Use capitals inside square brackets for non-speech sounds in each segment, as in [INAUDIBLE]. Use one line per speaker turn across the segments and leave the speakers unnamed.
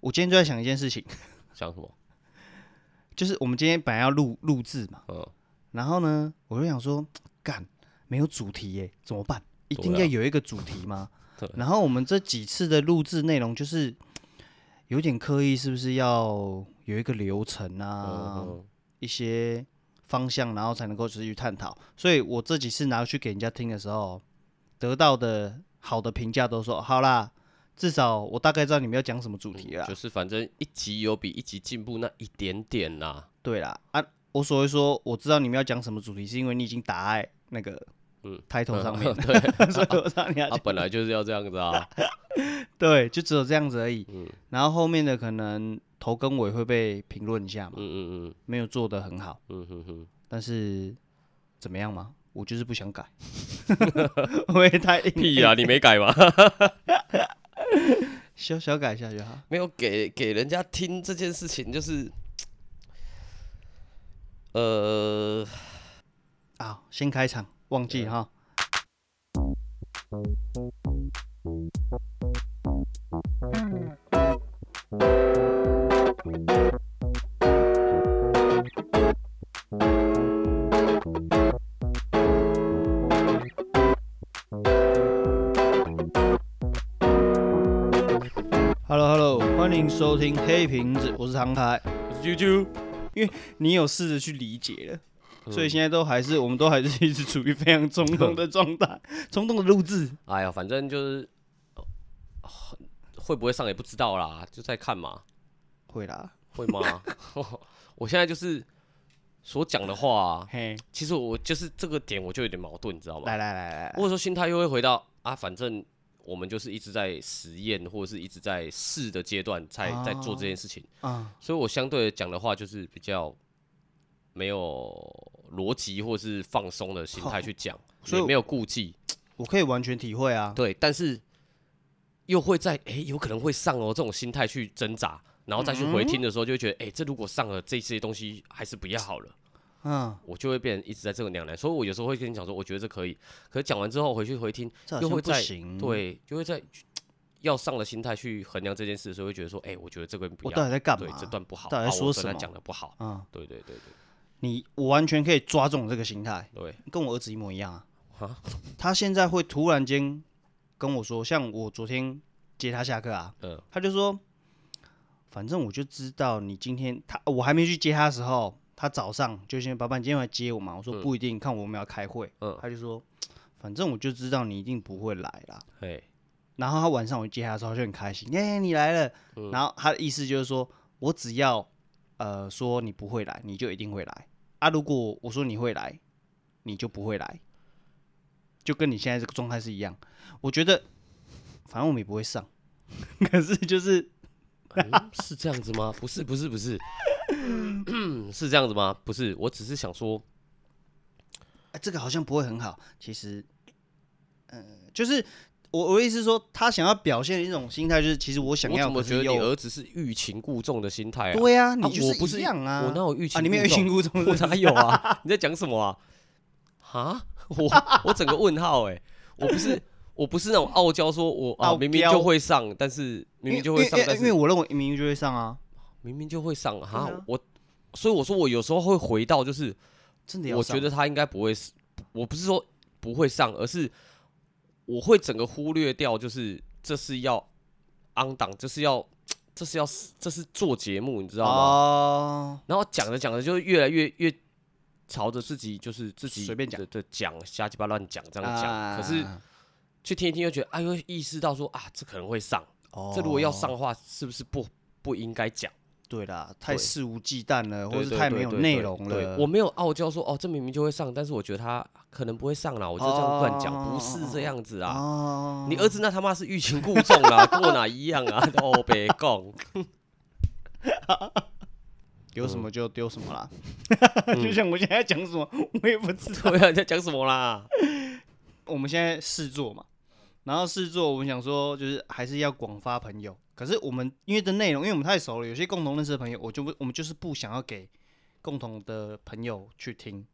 我今天就在想一件事情，
想什么？
就是我们今天本来要录录制嘛，
嗯，
然后呢，我就想说，干没有主题耶，怎么办？一定
对啊
要有一个主题吗？
[LAUGHS] 对
然后我们这几次的录制内容就是有点刻意，是不是要有一个流程啊，
嗯
一些方向，然后才能够持续探讨。所以我这几次拿去给人家听的时候，得到的好的评价都说好啦，至少我大概知道你们要讲什么主题啦。
嗯就是反正一集有比一集进步那一点点啦。
对啦，啊，我所谓说我知道你们要讲什么主题，是因为你已经打在那个
嗯
抬头上面，[LAUGHS]
[LAUGHS] 对，
所以我知道你要
啊
讲。，
本来就是要这样子啊。
对，就只有这样子而已。
嗯
然后后面的可能头跟尾会被评论一下
嗯
嘛，
嗯嗯
没有做的很好，
嗯哼哼，
但是怎么样嘛，我就是不想改， [LAUGHS] 我也太硬
屁呀、你没改吗？ [LAUGHS]
小小改一下就好。
没有给给人家听这件事情，就是，呃，
啊，先开场，忘记哈。Hello Hello，欢迎收听黑瓶子，我是唐凯。
啾啾，
你有试着去理解了。
嗯
所以现在都还是，我们都还是一直处于非常冲动的状
[LAUGHS]
态，冲动的录制。
哎呀，反正就是哦会不会上也不知道啦，就在看嘛，
会啦，
会吗？ [LAUGHS] 我现在就是所讲的话、啊，
嘿，
其实我就是这个点，我就有点矛盾，你知道吗？
来来来来
或
来，
者说心态又会回到啊，反正我们就是一直在实验或者是一直在试的阶段，才在做这件事情，
啊，
所以我相对讲的话就是比较没有逻辑或是放松的心态去讲，
所以
也没有顾忌，
我可以完全体会啊。
对，但是又会在诶，有可能会上哦这种心态去挣扎。然后再去回听的时候，就会觉得，诶，这如果上了这些东西，还是不要好了。
嗯，
我就会变成一直在这个两难，所以我有时候会跟你讲说，我觉得这可以，可是讲完之后回去回听，
这好
又
像
会
不
在
行。，
对，就会在要上的心态去衡量这件事的时候，会觉得说，哎、我觉得这个不
我
要，
到底在干
对
嘛，
这？段不好，
到底
啊
在说
我
什
本来
么
讲的不好，
嗯，
对对对对
你我完全可以抓中这个心态，
对，
跟我儿子一模一样啊。
啊，
他现在会突然间跟我说，像我昨天接他下课啊，
嗯
他就说，反正我就知道你今天他我还没去接他的时候，他早上就先爸爸你今天来接我嘛，我说不一定，看我们要开会，
嗯，
他就说，反正我就知道你一定不会来啦。
哎，
然后他晚上我接他的时候，他就很开心，耶、你来了。
嗯
然后他的意思就是说，我只要呃说你不会来，你就一定会来啊。如果我说你会来，你就不会来，就跟你现在这个状态是一样。我觉得，反正我们也不会上， [LAUGHS] 可是就是
嗯是这样子吗？不是不是不是， [COUGHS] 是这样子吗？不是，我只是想说，
哎，这个好像不会很好。其实，呃，就是我我的意思是说，他想要表现的一种心态，就是其实我想
我
要，
怎么
可是
觉得你
又
儿子是欲擒故纵的心态啊？
对呀、啊，
啊
你
我
就
不
是
是
一样啊。
我哪有欲擒
啊，你没有
故纵
评估中，
[LAUGHS] 我哪有
[LAUGHS]
啊？你在讲什么啊？啊？我我整个问号哎、我不是我不是那种傲娇，说我啊
傲娇
明明就会上，但是明明就会上
因，为
但
因为因为
是
我认为明明就会上啊，
明明就会上哈、
对啊
我所以我说我有时候会回到，就是
真的要
我
上
觉得他应该不会是，我不是说不会上，而是我会整个忽略掉，就是这是要昂档，这是要这是要这是做节目，你知道吗？
哦，
然后讲着讲着就越来越越朝着自己就是自己
随便讲
的的讲瞎鸡巴乱讲这样讲，
啊
可是去听一听又觉得哎呦意识到说啊这可能会上，这如果要上
哦
的话是不是不不应该讲，
对啦，太
对
肆无忌惮了，哦或
对
是
对
太
对
没有
对
内
对
容
对
了。
我没有傲娇说哦这明明就会上，但是我觉得他可能不会上啦，我就这样乱讲，不是这样子啊。
哦，
你儿子那他妈是欲擒故纵啦，跟我哪一样啊？哦，别讲，
[LAUGHS] 有
嗯
什么就丢什么
[LAUGHS]
啦，就像我现在讲什么，我也不知道。
对啊，你在讲什么啦？
我们现在试做嘛，然后试做，我们想说就是还是要广发朋友。可是我们因为的内容，因为我们太熟了，有些共同认识的朋友，我就不，我们就是不想要给共同的朋友去听。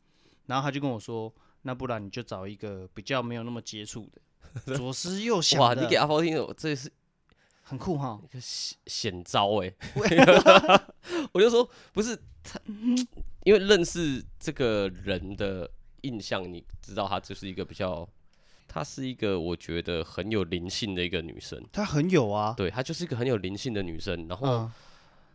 然后他就跟我说，那不然你就找一
[LAUGHS]
个比较没有那么接触的，左思右想
哇，
的
你给阿芳听，这是
很酷哈。
险招哎、我就说不是他，
嗯
因为认识这个人的印象，你知道她就是一个比较，她是一个我觉得很有灵性的一个女生，
他很有啊，
对，她就是一个很有灵性的女生，然后
嗯，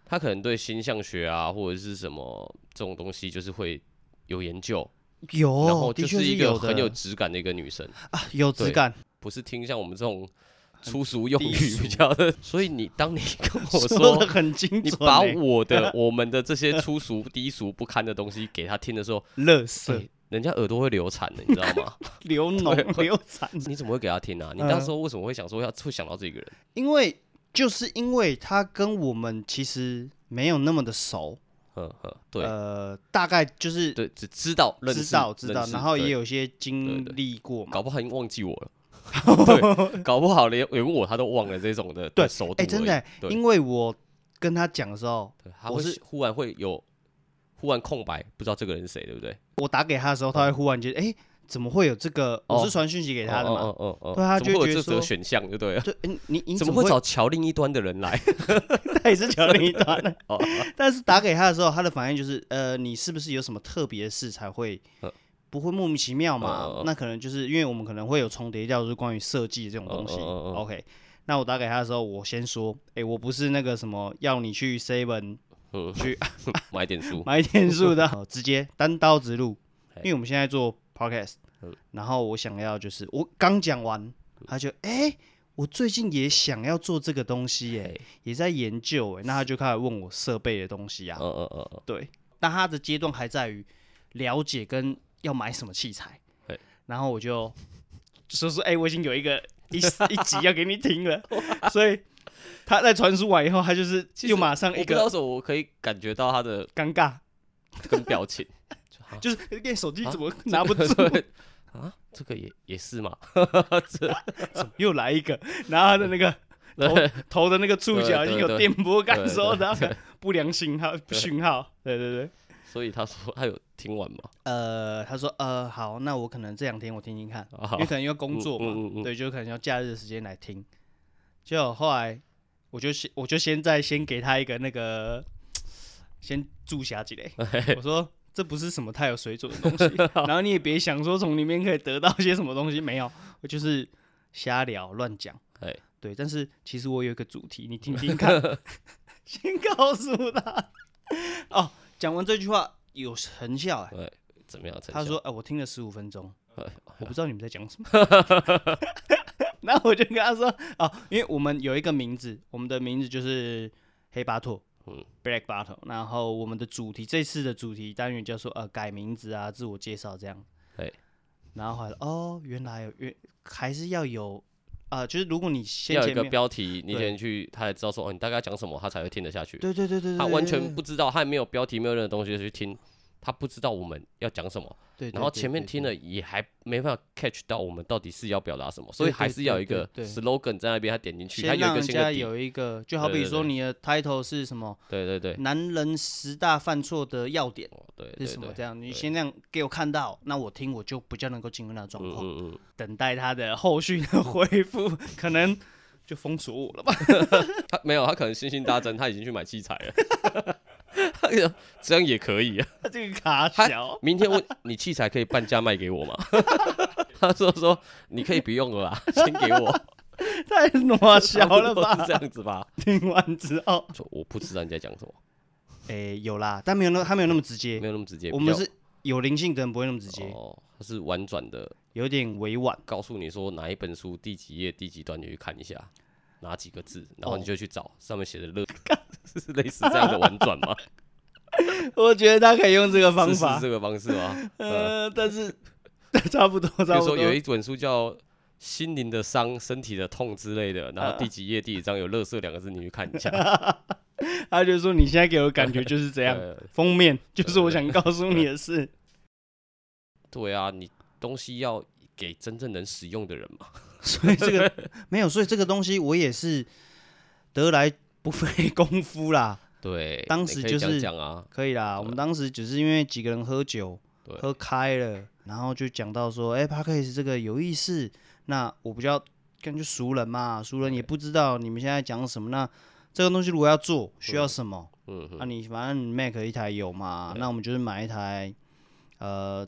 她可能对星象学啊或者是什么这种东西就是会有研究，然后
有，
就
哦的确
一
有的，
个很有质感的一个女生。
啊，有质
对
感，
不是听像我们这种粗俗用
低
语比
俗
较的，所以你当你跟我
[LAUGHS] 的
说
很精准欸，
你把
[LAUGHS]
我的我们的这些粗俗低俗不堪的东西给他听的
[LAUGHS]
时候，
乐色
欸人家耳朵会流产的，你知道
[LAUGHS]
吗？
流脓流产，
你怎么会给他听啊？你
嗯
那时候为什么会想说要会想到这个人？
因为就是因为他跟我们其实没有那么的熟，
呵呵，嗯对
呃，大概就是
对，只知道认识
知道知
认
道，
识
然后也
对
有些经
对
历过嘛。
搞不好已经忘记我
[LAUGHS]
了，对，搞不好连连我他都忘了这种的
对
的熟度
哎，
而已，
真的欸，
对
因为我跟他讲的时候，
对，他
我
会
是
忽然会有忽然空白，不知道这个人是谁，对不对？
我打给他的时候，他会忽然觉得，哎，怎么会有这个？
嗯哦
我是传讯息给他的嘛。
嗯嗯嗯嗯，
对啊
怎么
就
会
会觉
有
得
这
说
则选项，就对了。
就诶你你
怎么
会
会找桥另一端的人来？ [LAUGHS]
[LAUGHS] 他也是讲另一端的
哦，
但是打给他的时候，他的反应就是，呃，你是不是有什么特别的事才会
嗯
不会莫名其妙嘛？
嗯嗯嗯
那可能就是因为我们可能会有重叠掉，就是关于设计这种东西。
嗯嗯嗯嗯
OK，那我打给他的时候，我先说，诶，我不是那个什么要你去 Seven
嗯，
去
买
[LAUGHS]
点书，
买点数的，呃直接单刀直入，
嘿
因为我们现在做 podcast，然后我想要就是我刚讲完，他就诶，我最近也想要做这个东西耶、
嘿
也在研究哎、那他就开始问我设备的东西啊
嗯，嗯嗯嗯，
对，但他的阶段还在于了解跟要买什么器材
嘿，
然后我就说说哎、我已经有一个
[LAUGHS]
一一集要给你听了，所以他在传输完以后，他就是
其实
又马上
我
一
不知道
个
为什么我可以感觉到他的
尴尬，
这个表情，就啊
就是哎手机
啊
怎么拿不住，
[LAUGHS] 对啊，这个也也是嘛，这
怎么
[LAUGHS]
又来一个，然后他的那个。头
对
头的那个触角已经
对对
有
对
电波感
对
受
对
到不良信号讯号，对对对。
所以他说他有听完嘛？
呃，他说呃好，那我可能这两天我听听看，
啊
因为可能要工作嘛，
嗯嗯嗯嗯
对，就可能要假日的时间来听。结果后来我就先我就先在先给他一个那个先注下几
[LAUGHS]
嘞，我说这不是什么太有水准的东西，然后你也别想说从里面可以得到些什么东西，没有，我就是瞎聊乱讲，
哎，
对，但是其实我有一个主题，你听听
[LAUGHS]
看，先告诉他。哦，讲完这句话有成效哎、
对，怎么样？陈
他
翔
说：“哎、我听了十五分钟，
哎
我不知道你们在讲什么。” [LAUGHS] 然后我就跟他说：“哦，因为我们有一个名字，我们的名字就是黑巴兔，嗯
嗯
，Black Bottle。然后我们的主题，这次的主题单元叫做呃改名字啊，自我介绍这样。
哎
然后后来哦，原来有原还是要有啊、就是如果你先
要有
前
一个
面
标题，你
对
先去，他才知道说哦，你大概讲什么，他才会听得下去。
对对对对对，
他完
对
全不知道，他也没有标题，没有任何东西去听，他不知道我们要讲什么，
对，对
然后
对
前面
对
听
对
了也还没办法 catch 到我们到底是要表达什么，所以
对
还
对
是要有一
对
个
对对
slogan 在那边，他点进去，他
先
有一
让
个
人
新的
家
底，
有一个，就好
对
比
对
说
对
你的 title 是什么？
对对对，
男人十大犯错的要点。”
哦对
嗯是
对
什么这
对，
样？你先这样给我看到，那我听我就比较能够进入那个状
嗯
况，
嗯嗯，
等待他的后续的回复， [LAUGHS] 可能就封锁我了吧？ [LAUGHS]
他没有，他可能信心大增，他已经去买器材了， [LAUGHS] 他可能这样也可以啊。
这个卡
他
小，
明天问你器材可以半价卖给我吗？ [LAUGHS] 他说说你可以不用
[LAUGHS]
了啦，先给我，
太暖小了
[LAUGHS] 差不多是
吧？
这样子吧？
听完之
[LAUGHS]
后，
就我不知道你在讲什么。
哎，有啦，但没有那他没有那么直接
没，有那么直接。
欸我
比
们
较
是有灵性的人，不会那么直接，
哦，它是婉转的
有点委
[LAUGHS]
婉。
告诉你说哪一本书第几页第几段，你去看一下，哪几个字，然
哦
后你就去找上面写的乐， [LAUGHS] 是类似这样的婉转吗？
我觉得他可以用这个 [LAUGHS] 方
是
[LAUGHS]
是
法，
这个方式吗？呃，
呃，但是 [LAUGHS] 差不多，
比
差
如
不多
说。有一本书叫《心灵的伤、身体的痛》之类的，然后第几页第几章有“乐色”两个字，你去看一下。
他就说你现在给我的感觉就是 [LAUGHS] 这
[LAUGHS]
样，
呃
封面就是我想告诉你的事。
对啊，你东西要给真正能使用的人嘛。
所以这个没有，所以这个东西我也是得来不费功夫啦，
对，
当
你
时
可以
就
讲
是
讲啊，
可以啦。我们当时只是因为几个人喝酒，
对
喝开了，然后就讲到说，哎、p a c k a s 这个有意思，那我比较根据熟人嘛，熟人也不知道你们现在讲什么。那这个东西如果要做，需要什么？
嗯哼
那、啊你反正 Mac 一台有嘛，那我们就是买一台呃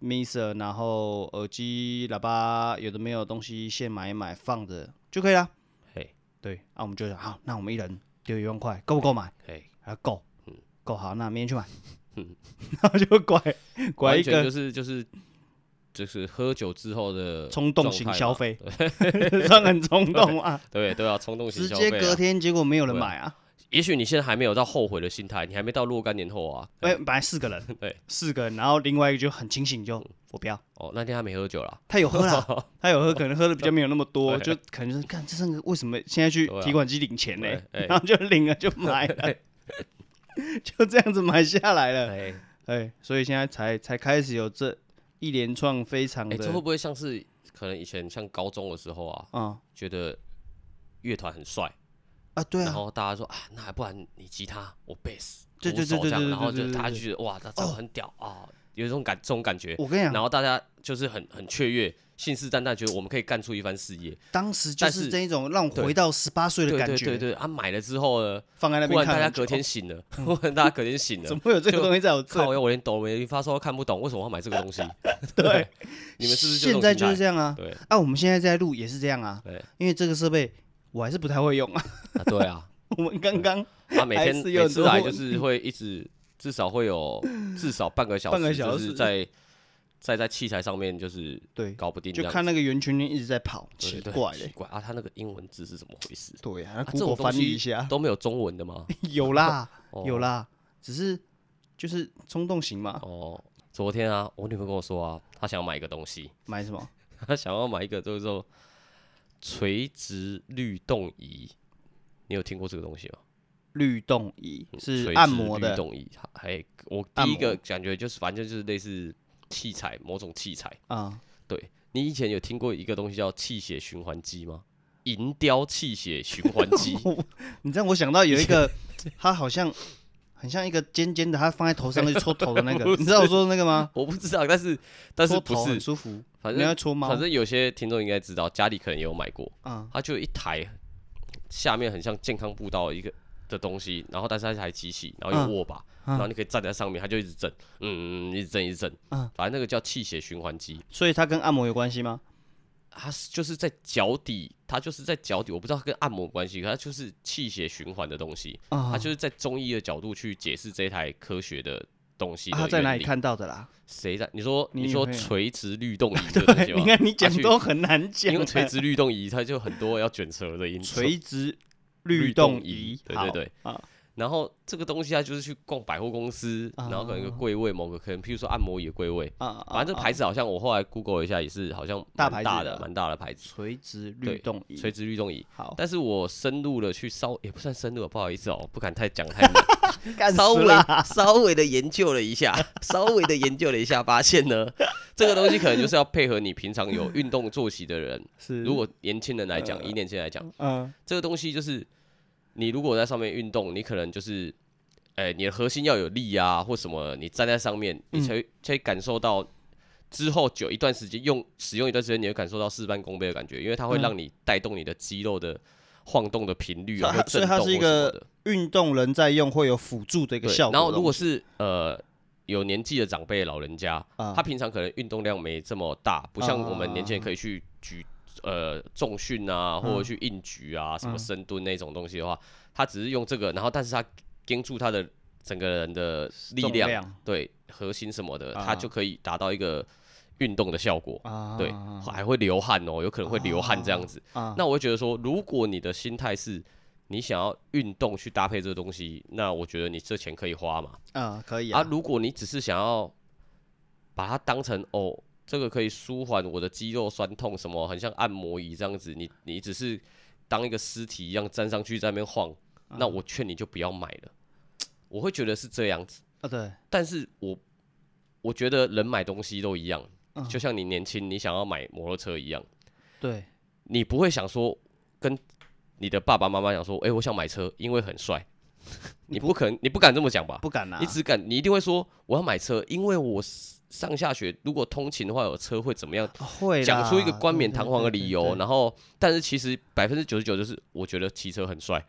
Mixer，然后耳机、喇叭有的没有的东西现买一买放着就可以了。
嘿，
对，啊那、我们就好，那我们一人丢一万块，够不够买？
嘿，
啊，够
嗯，
够好，那明天去买
嗯。
[LAUGHS] 然后就
[LAUGHS]
拐拐
完
一
全
个
就是就是就是喝酒之后的
冲动型
状态嘛
消，费， [LAUGHS] 算很冲动啊！
对对啊，冲动型
直
消
接
费、
隔
啊。
天，结果没有人
对啊
买啊！
也许你现在还没有到后悔的心态，你还没到若干年后啊。
哎，本来四个人，
对，
四个人，然后另外一个就很清醒，就我不要，
哦，那天他没喝酒啦。
他有喝啦，他有喝，可能喝的比较没有那么
[LAUGHS]
多，就
对
可能就是看这三个为什么现在去
哎对啊
提款机领钱呢
对？哎
然后就领了就买了， [LAUGHS] 就这样子买下来了。
[LAUGHS] 哎，
哎，所以现在才才开始有这一连串非常
哎，这会
的
不会像是可能以前像高中的时候啊，
啊
觉得乐团很帅，
啊，对
然
啊，
后大家说啊，那还不然你吉他，我贝斯，
对对
鼓手
对对
这样
对对
然后
对
就
对
大家
对哦
就觉得哇，他长得很屌啊，有一种感这种感觉，
我跟你
然
讲，
后大家就是很很雀跃，信誓旦旦，觉得我们可以干出一番事业。
当时就
但
是
是
这一种让我回到十八岁
对
的
对
感
对
觉，
对，啊，买了之后呢，
放在那
忽
边
然
看
大
很久，
家隔天醒了， [LAUGHS] 忽然大家隔天醒
[LAUGHS] 怎
了
么，会有这个
就
东西在我这？
靠呀，我连抖音发烧都看不懂，为什么我要买这个东西？
[LAUGHS] 对，
[LAUGHS] 你们是不是
现 [LAUGHS] 在就是
这
这样啊
种？心态？
啊，我们现在在录也是这样啊，
对
因为这个设备我还是不太会用啊。
对啊，对啊，
我们刚刚
啊，每天
还是有
每
很
次
多
来就是会一直至少
[LAUGHS]
会有至少半个小
半个
时，
小
就
时
是在在在器材上面就是
对，
搞不定这
就
样子，
看那个圆圈圈一直在跑，
对
奇
对
怪
奇
嘞。
怪啊，他那个英文字是怎么回事？
对啊，那
这种
Google
东
翻译
西
一下，
都没有中文的吗？
[LAUGHS] 有啦，
[LAUGHS] 哦
有啦，只是就是冲动型嘛。
哦，昨天啊，我女朋友跟我说啊，她想要买一个东西，
买什么？
她想要买一个叫做垂直律动仪。你有听过这个东西吗？
律动仪是
嗯垂
按
直
摩
律
的，
动仪。它还我
按
第一个
摩
感觉就是，反正就是类似器材，某种器材。
啊，，
对你以前有听过一个东西叫气血循环机吗？银雕气血循环机
[LAUGHS] 你让我想到有一
[LAUGHS]
个，它好像很像一个尖尖的，它放在头上去搓头的那
[LAUGHS]
个，你知道我说的那个吗？
我不知道，但是 [LAUGHS] 但是
搓
不
头很
是，
舒服？
反
你要
正
搓猫
反正有些听众应该知道，家里可能也有买过。
啊？
它就有一台下面很像健康步道的一个的东西，然后但是它是台机器，然
嗯
后有握把，然后你可以站在上面，它就一直震，嗯，一直震，一直震，
嗯
反正那个叫气血循环机，
所以它跟按摩有关系吗？
它是就是在脚底，它就是在脚底，我不知道它跟按摩有关系，可它就是气血循环的东西，
啊
它就是在中医的角度去解释这一台科学的。东西的
啊，他在哪里
原理？
看到的啦？
谁在？你说
你
你说
女朋友
垂直律
[LAUGHS]
动仪这个东西吗？
你看你
它
讲
去
都很难讲
因
啊，
为垂直律动仪，它就很多要卷舌的音。
垂直
律
律
动
动
仪
仪，
对
好
对对
啊，
然后这个东西它就是去逛百货公司，然后可能有个柜位，某个可能譬如说按摩椅的柜位，
啊啊，
反正这个
啊
牌子好像我后来 Google 一下也是好像
大牌
蛮
子
大
的哦
的，蛮大的牌子，
垂直
对
律动仪，
垂直律动椅。
好，
但是我深入的去稍也不算深入，不好意思哦，不敢太讲太明
干
稍
死
微
啦
稍微的研究了一下， [LAUGHS] 稍微的研究了一下，发现
[LAUGHS]
呢，这个东西可能就是要配合你平常有运动作息的人。
[LAUGHS] 是，呃
如果年轻人来讲，以年轻人来讲，
嗯
这个东西就是你如果在上面运动，你可能就是，哎、你的核心要有力啊，或什么，你站在上面，
嗯
你才、会才会感受到之后久一段时间用使用一段时间，你会感受到事半功倍的感觉，因为它会
嗯
让你带动你的肌肉的晃动的频率啊，
所以它所以它
或震动
是一
或
个
什么的。
运动人在用会有辅助的一个
对
效，果的东西，
然后如果是呃。有年纪的长辈、老人家，
啊
他平常可能运动量没这么大，不像我们年轻
啊
人可以去举呃重训啊，或者去硬举啊，什么
嗯
深蹲那种东西的话，他只是用这个，然后但是他盯住他的整个人的力
重
量，
量
对核心什么的，
啊
他就可以达到一个运动的效果。
啊，
对，还会流汗哦，有可能会流汗这样子。
啊
那我会觉得说，如果你的心态是你想要运动去搭配这个东西，那我觉得你这钱可以花嘛。
啊，可以
啊，
啊，
如果你只是想要把它当成哦，这个可以舒缓我的肌肉酸痛，什么很像按摩椅这样子，你你只是当一个尸体一样站上去在那边晃，那
嗯
我劝你就不要买了。我会觉得是这样子，
啊对，
但是我我觉得人买东西都一样，
嗯
就像你年轻你想要买摩托车一样，
对，[LAUGHS]
你不会想说跟你的爸爸妈妈讲说，哎、我想买车，因为很帅。你不可能，你不敢这么讲吧？
不敢拿啊
你。只敢，啊你一定会说我要买车，因为我上下学如果通勤的话有车会怎么样？
啊会啦
讲出一个冠冕堂皇的理由，
对对对对对
然后但是其实百分之九十九就是我觉得骑车很帅，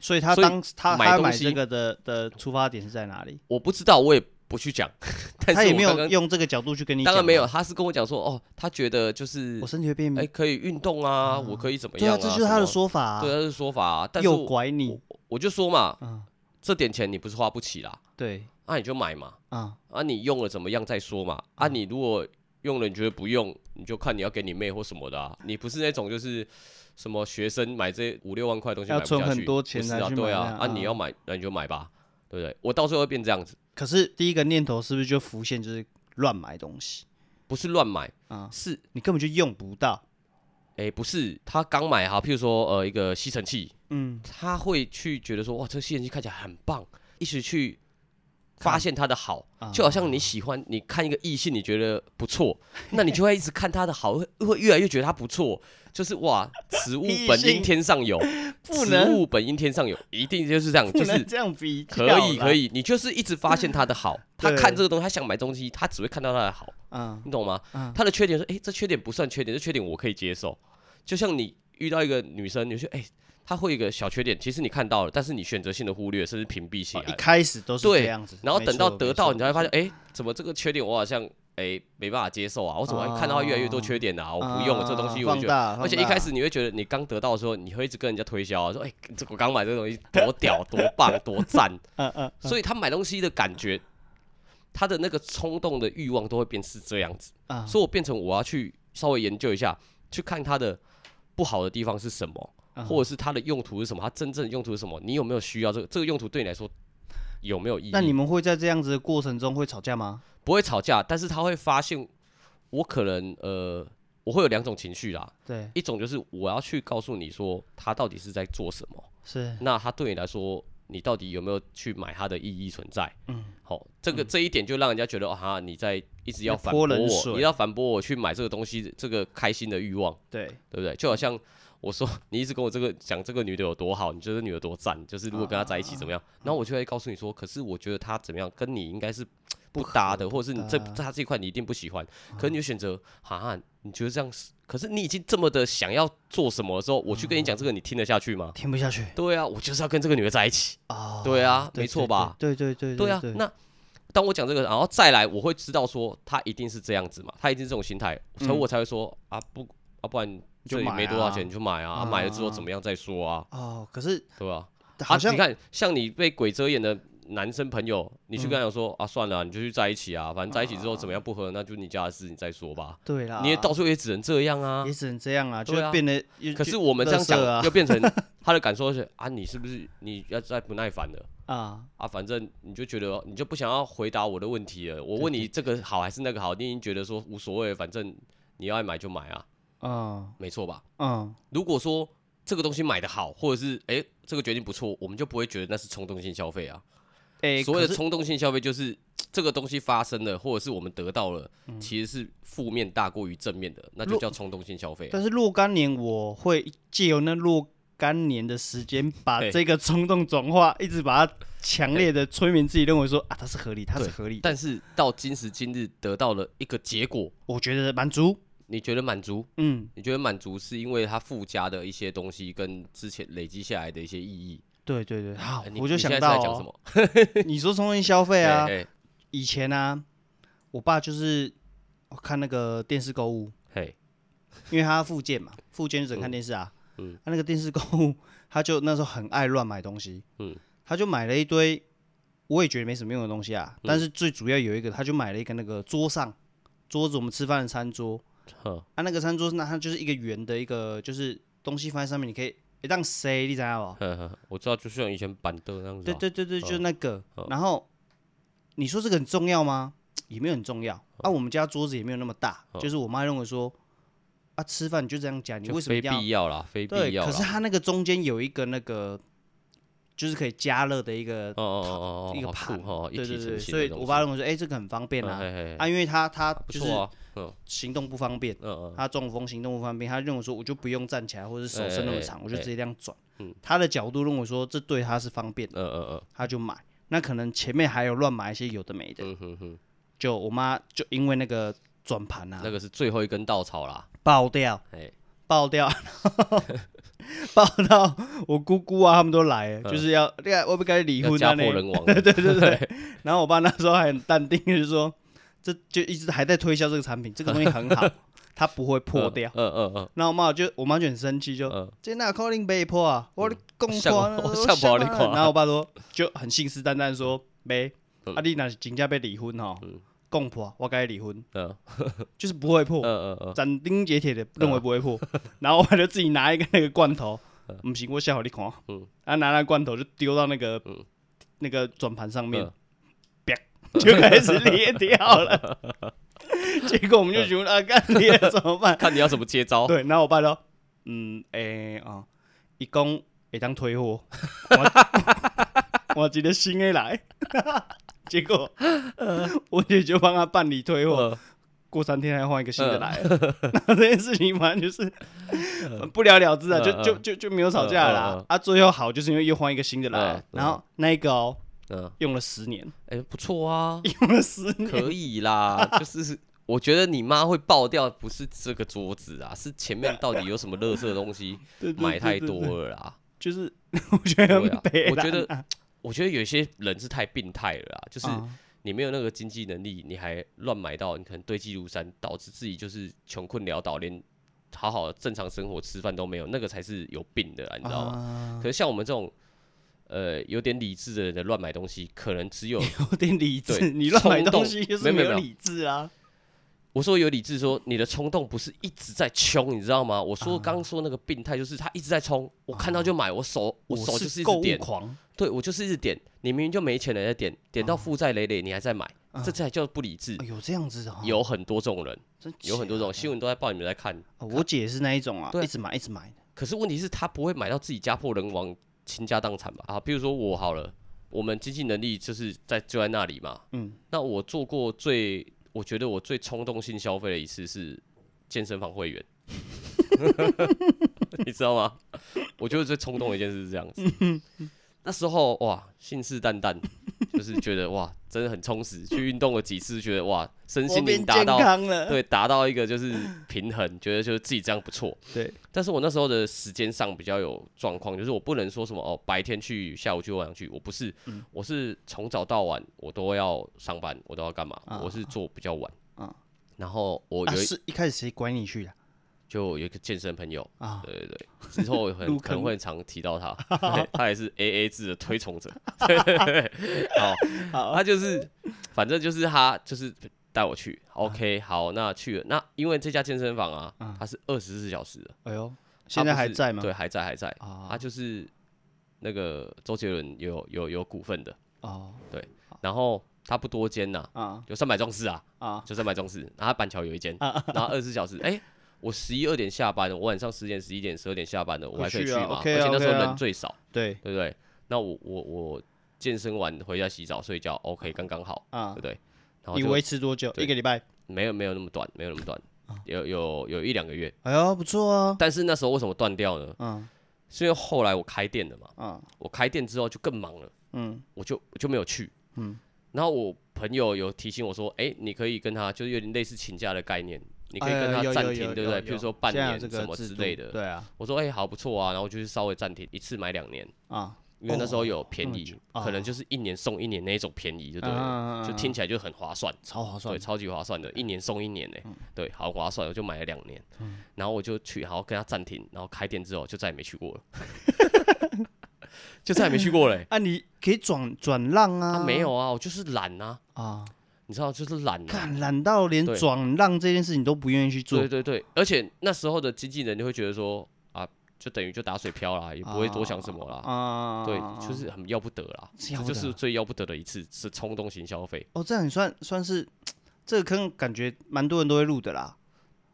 所以他
所以
当他
买
他
东
买
西
这个的的出发点是在哪里？
我不知道我也不去讲， [LAUGHS] 但
他
是
也
我
没
刚
有
刚
用这个角度去跟你讲，啊
当然没有，，他是跟我讲说哦，他觉得就是
我身体会变
哎、可以运动啊，我可以怎么
对
样
啊，
啊？
这就是他的
什么，
说法啊，
对他的说法、啊，但是
诱
我
拐你，
我就说嘛，
嗯，
这点钱你不是花不起啦，
对，
那、你就买嘛，
啊，
啊，你用了怎么样再说嘛。
嗯
啊，你如果用了你觉得不用，你就看你要给你妹或什么的啊。你不是那种就是什么学生买这五六万块的东西
要
买不下去，
存很多钱
不是
才
啊，
去
对
买
啊
啊，
啊，你要买那你就买吧，对不对？我到最后会变这样子，
可是第一个念头是不是就浮现就是乱买东西，
不是乱买
啊
是
你根本就用不到，
哎、不是他刚买哈，譬如说呃一个吸尘器，
嗯，
他会去觉得说哇，这个吸尘器看起来很棒，一起去发现它的好，
啊
就好像你喜欢你看一个异性，你觉得不
[LAUGHS]
错，那你就会一直看它的好，会会越来越觉得它不错，就是
[LAUGHS]
哇，此物
异
本
性
应天上有，
不
此
能
物本应天上有，一定就是这
[LAUGHS]
样，
不
就
能
是。
这样比较啦，
可以可以，你就是一直发现它的好，他
[LAUGHS] 对
看这个东西，他想买东西，他只会看到它的好，
嗯，
你懂吗
嗯？
他的缺点是，哎、这缺点不算缺点，这缺点我可以接受。就像你遇到一个女生，你就说，哎、她会有一个小缺点，其实你看到了，但是你选择性的忽略，甚至屏蔽起
哦
来。
一开始都是
对
这样子，
然后
没
等到
错
得到，
没错
你才会发现，哎、怎么这个缺点我好像哎、没办法接受啊？我怎么看到它越来越多缺点啊？我不用了这东
啊
西，我就
放
觉得。
大，
而且
放
一开
大
始你会觉得你刚得到的时候，你会一直跟哎人家推销、啊，说：“哎、这我刚买这个东西多屌、多棒、多赞。”
[LAUGHS] 嗯嗯，
所以他买东西的感觉，他的那个冲动的欲望都会变是这样子。
啊
所以我变成我要去稍微研究一下，去看它的不好的地方是什么，
嗯
或者是它的用途是什么，它真正的用途是什么？你有没有需要这个？这个用途对你来说有没有意义？
那你们会在这样子的过程中会吵架吗？
不会吵架，但是他会发现我可能呃，我会有两种情绪啦，
对，
一种就是我要去告诉你说他到底是在做什么，
是，
那他对你来说。你到底有没有去买它的意义存在？
嗯，
好，这个这一点就让人家觉得哦哈，你在一直要
在
反
泼
驳
冷
我，
水
你要反驳我去买这个东西，这个开心的欲望。
对，
对不对？就好像我说你一直跟我这个讲这个女的有多好，你觉得这女的多赞，就是如果跟她在一起怎么样，然后我就会告诉你说，可是我觉得她怎么样，跟你应该是不搭的，或者是你这
搭
在她这一块你一定不喜欢，可是你就选择啊，你觉得这样是，可是你已经这么的想要做什么的时候，我去跟你讲这个，你听得下去吗？
听不下去
对啊，我就是要跟这个女的在一起。
啊，
对啊
对
没错
对
吧
对对对
对啊，那当我讲这个，然后再来，我会知道说他一定是这样子嘛，他一定是这种心态，所以我才会说啊不啊，不然
嗯就
这也
买
没多少
啊
钱，你就买啊，啊买了之后怎么样再说啊，
哦，可是
对吧？
好
啊、
像
你看，像你被鬼遮眼的男生朋友，
嗯
你去跟他讲说、啊，算了啊、你就去在一起啊，反正在一起之后怎么样不合，那就你家的事，你再说吧。
对啦，
你也到最后也只能这样啊
啊也。只能这样啊，就
对啊
变得
可是我们这样
垃圾
讲，
啊
又变
[LAUGHS]
成他的感受是啊，你是不是你要再不耐烦了？
啊，
啊，反正你就觉得哦你就不想要回答我的问题了。我问你这个好还是那个好，你已经觉得说无所谓，反正你要爱买就买啊，
嗯
没错吧？
嗯，
如果说这个东西买的好，或者是诶这个决定不错，我们就不会觉得那是冲动性消费啊。
哎，
所
可
谓的
是
冲动性消费就是这个东西发生了，或者是我们得到了，其实是负面大过于正面的，那
嗯
就
若
叫冲动性消费啊、
但是若干年我会借由那若干年的时间，把
对
这个冲动转化，一直把它强烈的催眠自己，认为说啊，它是合理，它是
对
合理的，
但是到今时今日得到了一个结果，
我觉得满足，
你觉得满足？
嗯，
你觉得满足是因为它附加的一些东西跟之前累积下来的一些意义？
对对
[LAUGHS]
对，好
呃，你
啊我就
你
想
现在是
到
在讲什
哦
么？
你说冲动性消费啊，
嘿，
以前啊，我爸就是我看那个电视购物，
嘿，
因为他附件嘛，附件就只能看电视啊。
嗯
嗯，他、那个电视购物， [LAUGHS] 他就那时候很爱乱买东西。
嗯
嗯，他就买了一堆，我也觉得没什么用的东西啊。但是最主要有一个，他就买了一个那个桌上桌子，我们吃饭的餐桌。
呵
啊，那个餐桌那它就是一个圆的一个，就是东西放在上面，你可以一当塞，你知道不？
呵呵，我知道，就像以前板凳那样子
对
啊。
对对对，就
哦
那个
哦。
然后你说这个很重要吗？也没有很重要。啊，我们家桌子也没有那么大，就是我妈认为说，啊，吃饭你就这样夹，你
就
为什么一
非
定要
必要啦，非必
对，
要
可是
啦。
它那个中间有一个那个，就是可以加热的一个
哦，哦哦哦，
一个
好
盘
酷哈，一
对
体
对
成
对，
型
所
的
以
东
我
西。
爸认为说，哎、这个很方便
嗯
啊，
嘿嘿嘿
啊，因为他他
不
就是
错啊，嗯
行动不方便，
嗯嗯，
他中风行动不方便，他认为说我就不用站起来或者手伸那么
哎哎
长，我就直接这样转，他的角度认为说这对他是方便的，
嗯嗯嗯，
他就买。那可能前面还有乱买一些有的没的，
嗯哼哼，
就我妈就因为那个转盘啊
那个是最后一根稻草啦，
爆掉，
哎，
爆掉， [LAUGHS] 爆到我姑姑啊他们都来了，就是要那个我不该离
嗯要
婚
家
啊
破
那。
人亡，
对对对，然后我爸那时候还很淡定，就是说这就一直还在推销这个产品，这个东西很
[LAUGHS]
好，它不会 [LAUGHS] 破掉。
嗯嗯嗯
然后我妈就我妈就很生气，就
嗯
这那可能被破啊，我公
像
光
我像保你看
然后我爸说就很信誓旦旦说没，
嗯
啊你那是真正被离婚哦，共破我该离婚，
嗯
就是不会破，
嗯嗯
斩钉截铁的认为不会破。然后我就自己拿一个那个罐头，不行我下好你看，
嗯
啊拿那罐头就丢到那个
嗯
那个转盘上面
嗯，
就开始裂掉了。
[LAUGHS]
结果我们就觉得啊，干裂了怎么办？
看你要怎么接
[LAUGHS]
招，
对，然后我爸说，嗯，诶、啊，伊讲会当退货，我 [LAUGHS] 我一个新的来， [LAUGHS] 结果我姐就帮他办理退货，
嗯
过三天还换一个新的来了， [LAUGHS] 那这件事情反正就是不了了之啊，就
嗯
就就就没有吵架了
嗯嗯
啦
嗯。
啊，最后好就是因为又换一个新的来
嗯
了，
嗯
然后那个哦
嗯，
用了十年， [LAUGHS]
哎，不错啊，
用了十年，
[LAUGHS] 可以
[LAUGHS]
啦，就是我觉得你妈会爆掉，不是这个桌子啊，是前面到底有什么垃圾东西
[LAUGHS] 对对对
买太
对
多
对
了啦。
就是 [LAUGHS] 我觉得
对
[LAUGHS] 很
啊
悲
我觉得
惨啊
我觉得有些人是太病态了啦，就是
啊
你没有那个经济能力，你还乱买到，你可能堆积如山，导致自己就是穷困潦倒，连好好的正常生活吃饭都没有，那个才是有病的啦，你知道吗？
啊 [LAUGHS]
可是像我们这种。呃，有点理智的人的乱买东西，可能只有
有点理智，
对
你乱买
冲动
东西就是
没有没有
有
没有
理智啊。
我说有理智说，你的冲动不是一直在冲，你知道吗？我
啊
说刚刚说那个病态，就是他一直在冲，我看到就买，我手我手就是一
购
直
物
点，
狂，
对我就是一直点，你明明就没钱了在点，点到负债累累，你还在买，这才叫不理智
啊哎。啊有这样子的哦，
有很多这种人，
真
有很多这种新闻都在报，你们在看。
假的。我姐是那一种啊，
对
一直买一直买的。
可是问题是，他不会买到自己家破人亡、倾家荡产吧？啊，比如说我好了，我们经济能力就是在就在那里嘛。
嗯，
那我做过最，我觉得我最冲动性消费的一次是健身房会员， [LAUGHS] 你知道吗？我觉得最冲动的一件事是这样子。那时候哇，信誓旦旦，就是觉得哇，真的很充实。去运动了几次，觉得哇，身
我
心灵
变
达
健
到
康了。
对，达到一个就是平衡，觉得就是自己这样不错。
对，
但是我那时候的时间上比较有状况，就是我不能说什么哦，白天去，下午去，晚上去，我不是，我是从早到晚我都要上班，我都要干嘛？
啊
我是做比较晚，
啊
然后我
啊，
有一、
是一开始谁管你去的
就有一个健身朋友，
啊？
对对对，之后我
入
很可能
坑
会很常提到他，对他也是 A A 制的推崇者。对对对，好，他就是，反正就是他就是带我去，OK，好，那去了，那因为这家健身房啊，它是二十四小时的，
哎呦，
它
现在
不
还
是
在吗？
对，还在还在，
啊
他就是那个周杰伦有有有股份的，
哦
然后他不多间呐，
啊
有三百壮士啊，
啊
就三百壮士，然后它板桥有一间，然后二十四小时，哎、我十一二点下班的，我晚上十点、十一点、十二点下班的，我还可以
回去
去
啊
嘛？
OK 啊
而且那时
OK
候
啊
人最少，
对
对不对？那我我我健身完回家洗澡睡觉，OK，刚刚好，对
啊
不，对？然后
你
就
维持多久？
对
一个礼拜？
没有没有那么短，没有那么短，
啊
有有有一两个月。
哎呦，不错啊。
但是那时候为什么断掉呢？
嗯
是因为后来我开店了嘛，
嗯
我开店之后就更忙了。
嗯
我就我就没有去。
嗯
然后我朋友有提醒我说，哎、你可以跟他就是有点类似请假的概念，你可以跟
哎
他
有有
暂
有
停，
有
对不对？
有
比如说半
现在有
年
这个
什么
制
之
度
类的。
对啊
我说，哎、好不错啊，然后我就是稍微暂停一次买两年，
啊，
因为那时候有便
那么
宜
久，啊
可能就是一年送一年那一种便宜，就对
嗯
了，
嗯嗯嗯
就听起来就很划算。
超划算嗯
对，。超级划算的，一年送一年呢、对，好划算，我就买了两年，
嗯
然后我就去，然后跟他暂停，然后开店之后就再也没去过了， [LAUGHS] 就再也没去过了、欸。
啊，你可以转转让啊？
啊，没有啊，我就是懒啊，
啊，
你知道，就是懒、啊。
看懒到连
对
转让这件事情都不愿意去做
对，对对，而且那时候的经纪人就会觉得说啊，就等于就打水漂啦，也不会多想什么啦。
啊，
对，就是很要不得啦，
是要不
这就
得
是
啊
最要不得的一次是冲动型消费。
哦，这样也算算是这个坑，感觉蛮多人都会入的啦。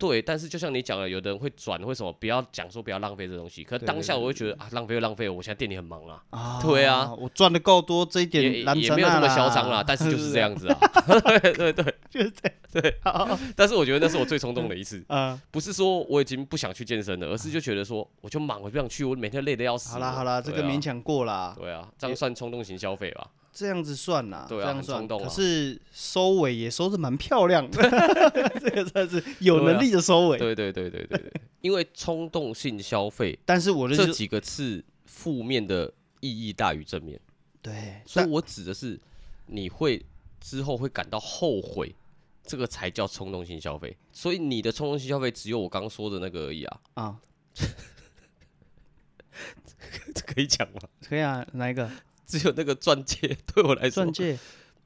对，但是就像你讲的，有的人会转，为什么不要讲说不要浪费这东西？可
对
当
对
下
对
我会觉得啊，浪费就浪费，我现在店里很忙啊，
啊
对啊，
我赚的够多，这一点
也也
难成
没有
啊
这么嚣张啦，但是就是这，样子啊， [LAUGHS] 对对对。
[LAUGHS] 就是这样，好
[LAUGHS] 但是我觉得那是我最冲动的一次，
嗯，
不是说我已经不想去健身了，而是就觉得说我就忙，我不想去，我每天累得要死。
啊好啦好啦，这个
对啊
勉强过啦，
对啊，这样算冲动型消费吧？
这样子算啦，
对啊
这样
很
算，
冲动啊
可是收尾也收的蛮漂亮
[LAUGHS]
的，这个算是有能力的收尾。
对啊对对对对对，因为冲动性消费
但是我的
这
就是
几个字负面的意义大于正面，
对，
所以
但
我指的是你会之后会感到后悔，这个才叫冲动性消费。所以你的冲动性消费只有我刚刚说的那个而
[LAUGHS]
已啊，
啊，
这可以讲吗？
可以啊，哪一个
只有那个钻戒对我来说
钻，戒？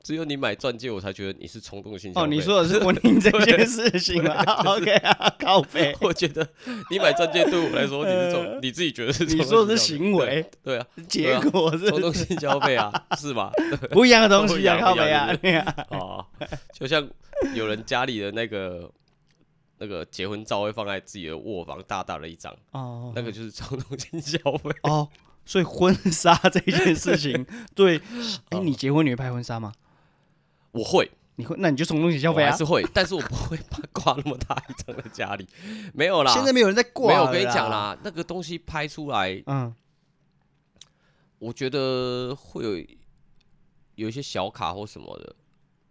只有你买钻戒，我才觉得你是冲动性消费。，
哦，你说的是婚姻这件事情啊 [LAUGHS] ？OK 啊，靠背
[LAUGHS] 我觉得你买钻戒对我来说，你是
[LAUGHS]
冲，你自己觉得是冲
呃你
动性
说的是
消费
行为，
对
[LAUGHS]
对啊，
结果是
冲动性消费啊，是吧？
[LAUGHS] 不一样的东
不一
西啊，
样
靠
不一
背
样
啊
对，
对啊
哦，就像有人家里的那个那个结婚照会放在自己的卧房大大的一张，
哦
那个就是冲动性消费。 [LAUGHS]
哦，所以婚纱这件事情，对，哎，你结婚你会拍婚纱吗？
我会，
你会，那你就冲动型消
我
费
还
啊
是。会， [LAUGHS] 但是我不会把挂那么大一张在家里，没有啦。
现在没有人在挂
没有，
了，
我跟你讲，啦，那个东西拍出来，
嗯，
我觉得会有有一些小卡或什么的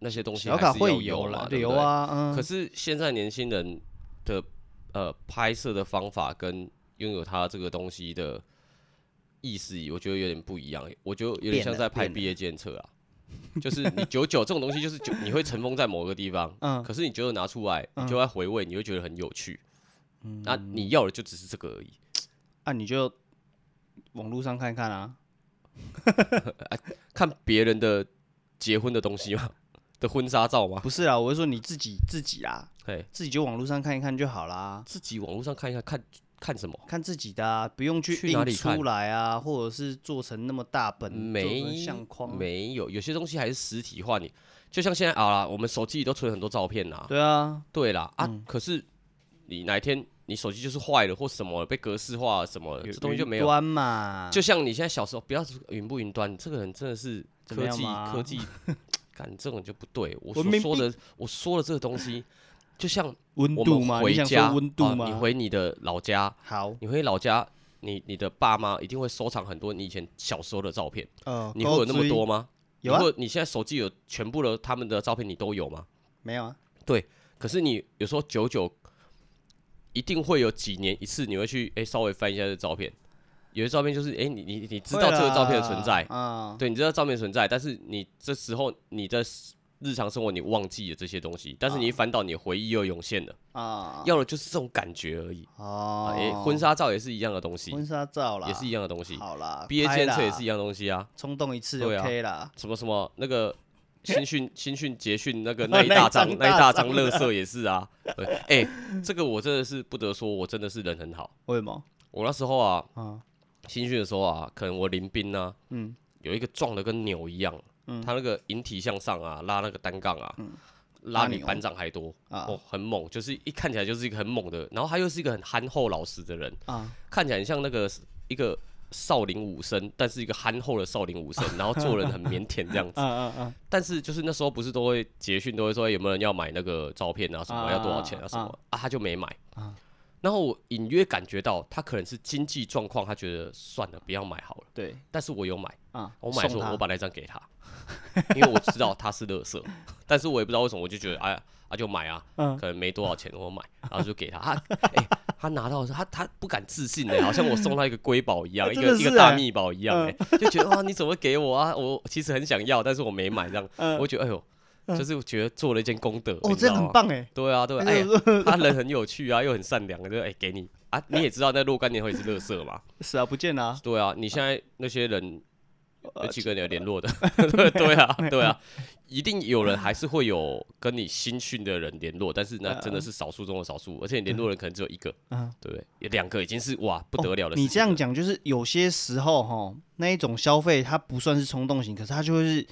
那些东西，
小卡会
有
啦
啦，，
对
对
有
不对。
啊，嗯，
可是现在年轻人的呃拍摄的方法跟拥有他这个东西的意思，我觉得有点不一样。我觉得有点
变
像
了
在
变
拍
了
毕业检测啊，就是你久久这种东西，就是久你会尘封在某个地方，
嗯
可是你久久拿出来，你就会回味，你会觉得很有趣。
嗯
那你要的就只是这个而已。
啊，你就网络上看看啊，
看别人的结婚的东西吗？ [LAUGHS] 的婚纱照吗？
不是啊啦，我是说你自己自己啦，
哎，
自己就网络上看一看就好啦，
自己网络上看一下，看看什么？
看自己的啊，不用去
去哪
印
里看
出来啊，或者是做成那么大本，做
没
成相框，
没有，有些东西还是实体化你。就像现在啊啦，我们手机里都存很多照片啦，
对啊，
对啦啊，可是你哪一天你手机就是坏了或什么了，被格式化了什么了，
有啊
这东西就没
云
有。
端嘛，
就像你现在小时候，不要说云不云端，你这个人真的是
怎么
科
样
技
嘛
科技， [COUGHS] 干这种就不对。我所
文明
说的我说的这个东西，就像
温
我
度
们
嘛，
回
你想
家
说温度
啊
嘛，
你回你的老家，
好，
你回老家，你你的爸妈一定会收藏很多你以前小时候的照片，
呃，
你会有那么
勾
多
追？
吗？
有啊
如，果你现在手机有全部的他们的照片，你都有吗？
没有啊？
可是你有时候久久，一定会有几年一次，你会去哎、诶稍微翻一下这照片，有些照片就是哎、诶你你你知道这个照片的存在，
啊，
对，你知道照片存在，但是你这时候你的日常生活你忘记了这些东西，但是你一翻到你的回忆又涌现了，
嗯啊，
要的就是这种感觉而已。哎、
哦，
婚纱照也是一样的东西，
婚纱照啦，
也是一样的东西，
好啦，
毕业
拍
纪念
啦
册也是一样的东西啊。
冲动一次
对啊
OK 啦。
什么什么那个新训新训捷
[LAUGHS]
训那个
那
那
一
一大
张
张那一大
大张
张乐色也是
[LAUGHS]
啊，对，哎、这个我真的是不得说，我真的是人很好。
为什么？
我那时候啊，
啊，
新训的时候啊，可能我临兵啊，
嗯，
有一个撞的跟牛一样，他那个引体向上啊，拉那个单杠啊，拉
嗯拉
比
牛
班长还多
啊
哦，很猛，就是一看起来就是一个很猛的，然后他又是一个很憨厚老实的人，
啊，
看起来很像那个一个少林武僧，但是一个憨厚的少
[LAUGHS]
林武僧，然后做人很腼腆这样子
嗯。嗯嗯，
但是就是那时候不是都会捷讯都会说、欸有没有人要买那个照片啊什么、
啊
要多少钱啊什么
啊
啊他就没买然后我隐约感觉到他可能是经济状况，他觉得算了不要买好了，
对
但是我有买，
啊，
我买的时
送
候
他
我把那张给他，因为我知道他是乐色，但是我也不知道为什么我就觉得哎呀啊就买啊，
嗯
可能没多少钱我买，然后就给他，他哎、他拿到的时候他他不敢置信的、好像我送他一个瑰
[LAUGHS]
宝一样，一
真
个
的
一
是
个大
欸
秘宝一样、欸，就觉得哇你怎么给我啊？我其实很想要，但是我没买这样。
嗯
我觉得哎呦，就是觉得做了一件功德，
哦，
你
这
知
样
道
很
吗。
棒哎，
对啊，对啊，哎呀，他人很有趣啊，又很善良，就哎给你啊，你也知道那若干年后也是乐色嘛，
是啊，不见了啊，
对啊，你现在那些人
呃
有几个你有联络的？ [LAUGHS] 对啊，对啊，一定有人还是会有跟你新训的人联络，但是那真的是少数中的少数，而且你联络的人可能只有一个，
嗯哦
对不对？有两个已经是哇不得了的事情了。
你这样讲就是有些时候哈，那一种消费它不算是冲动型，可是它就会是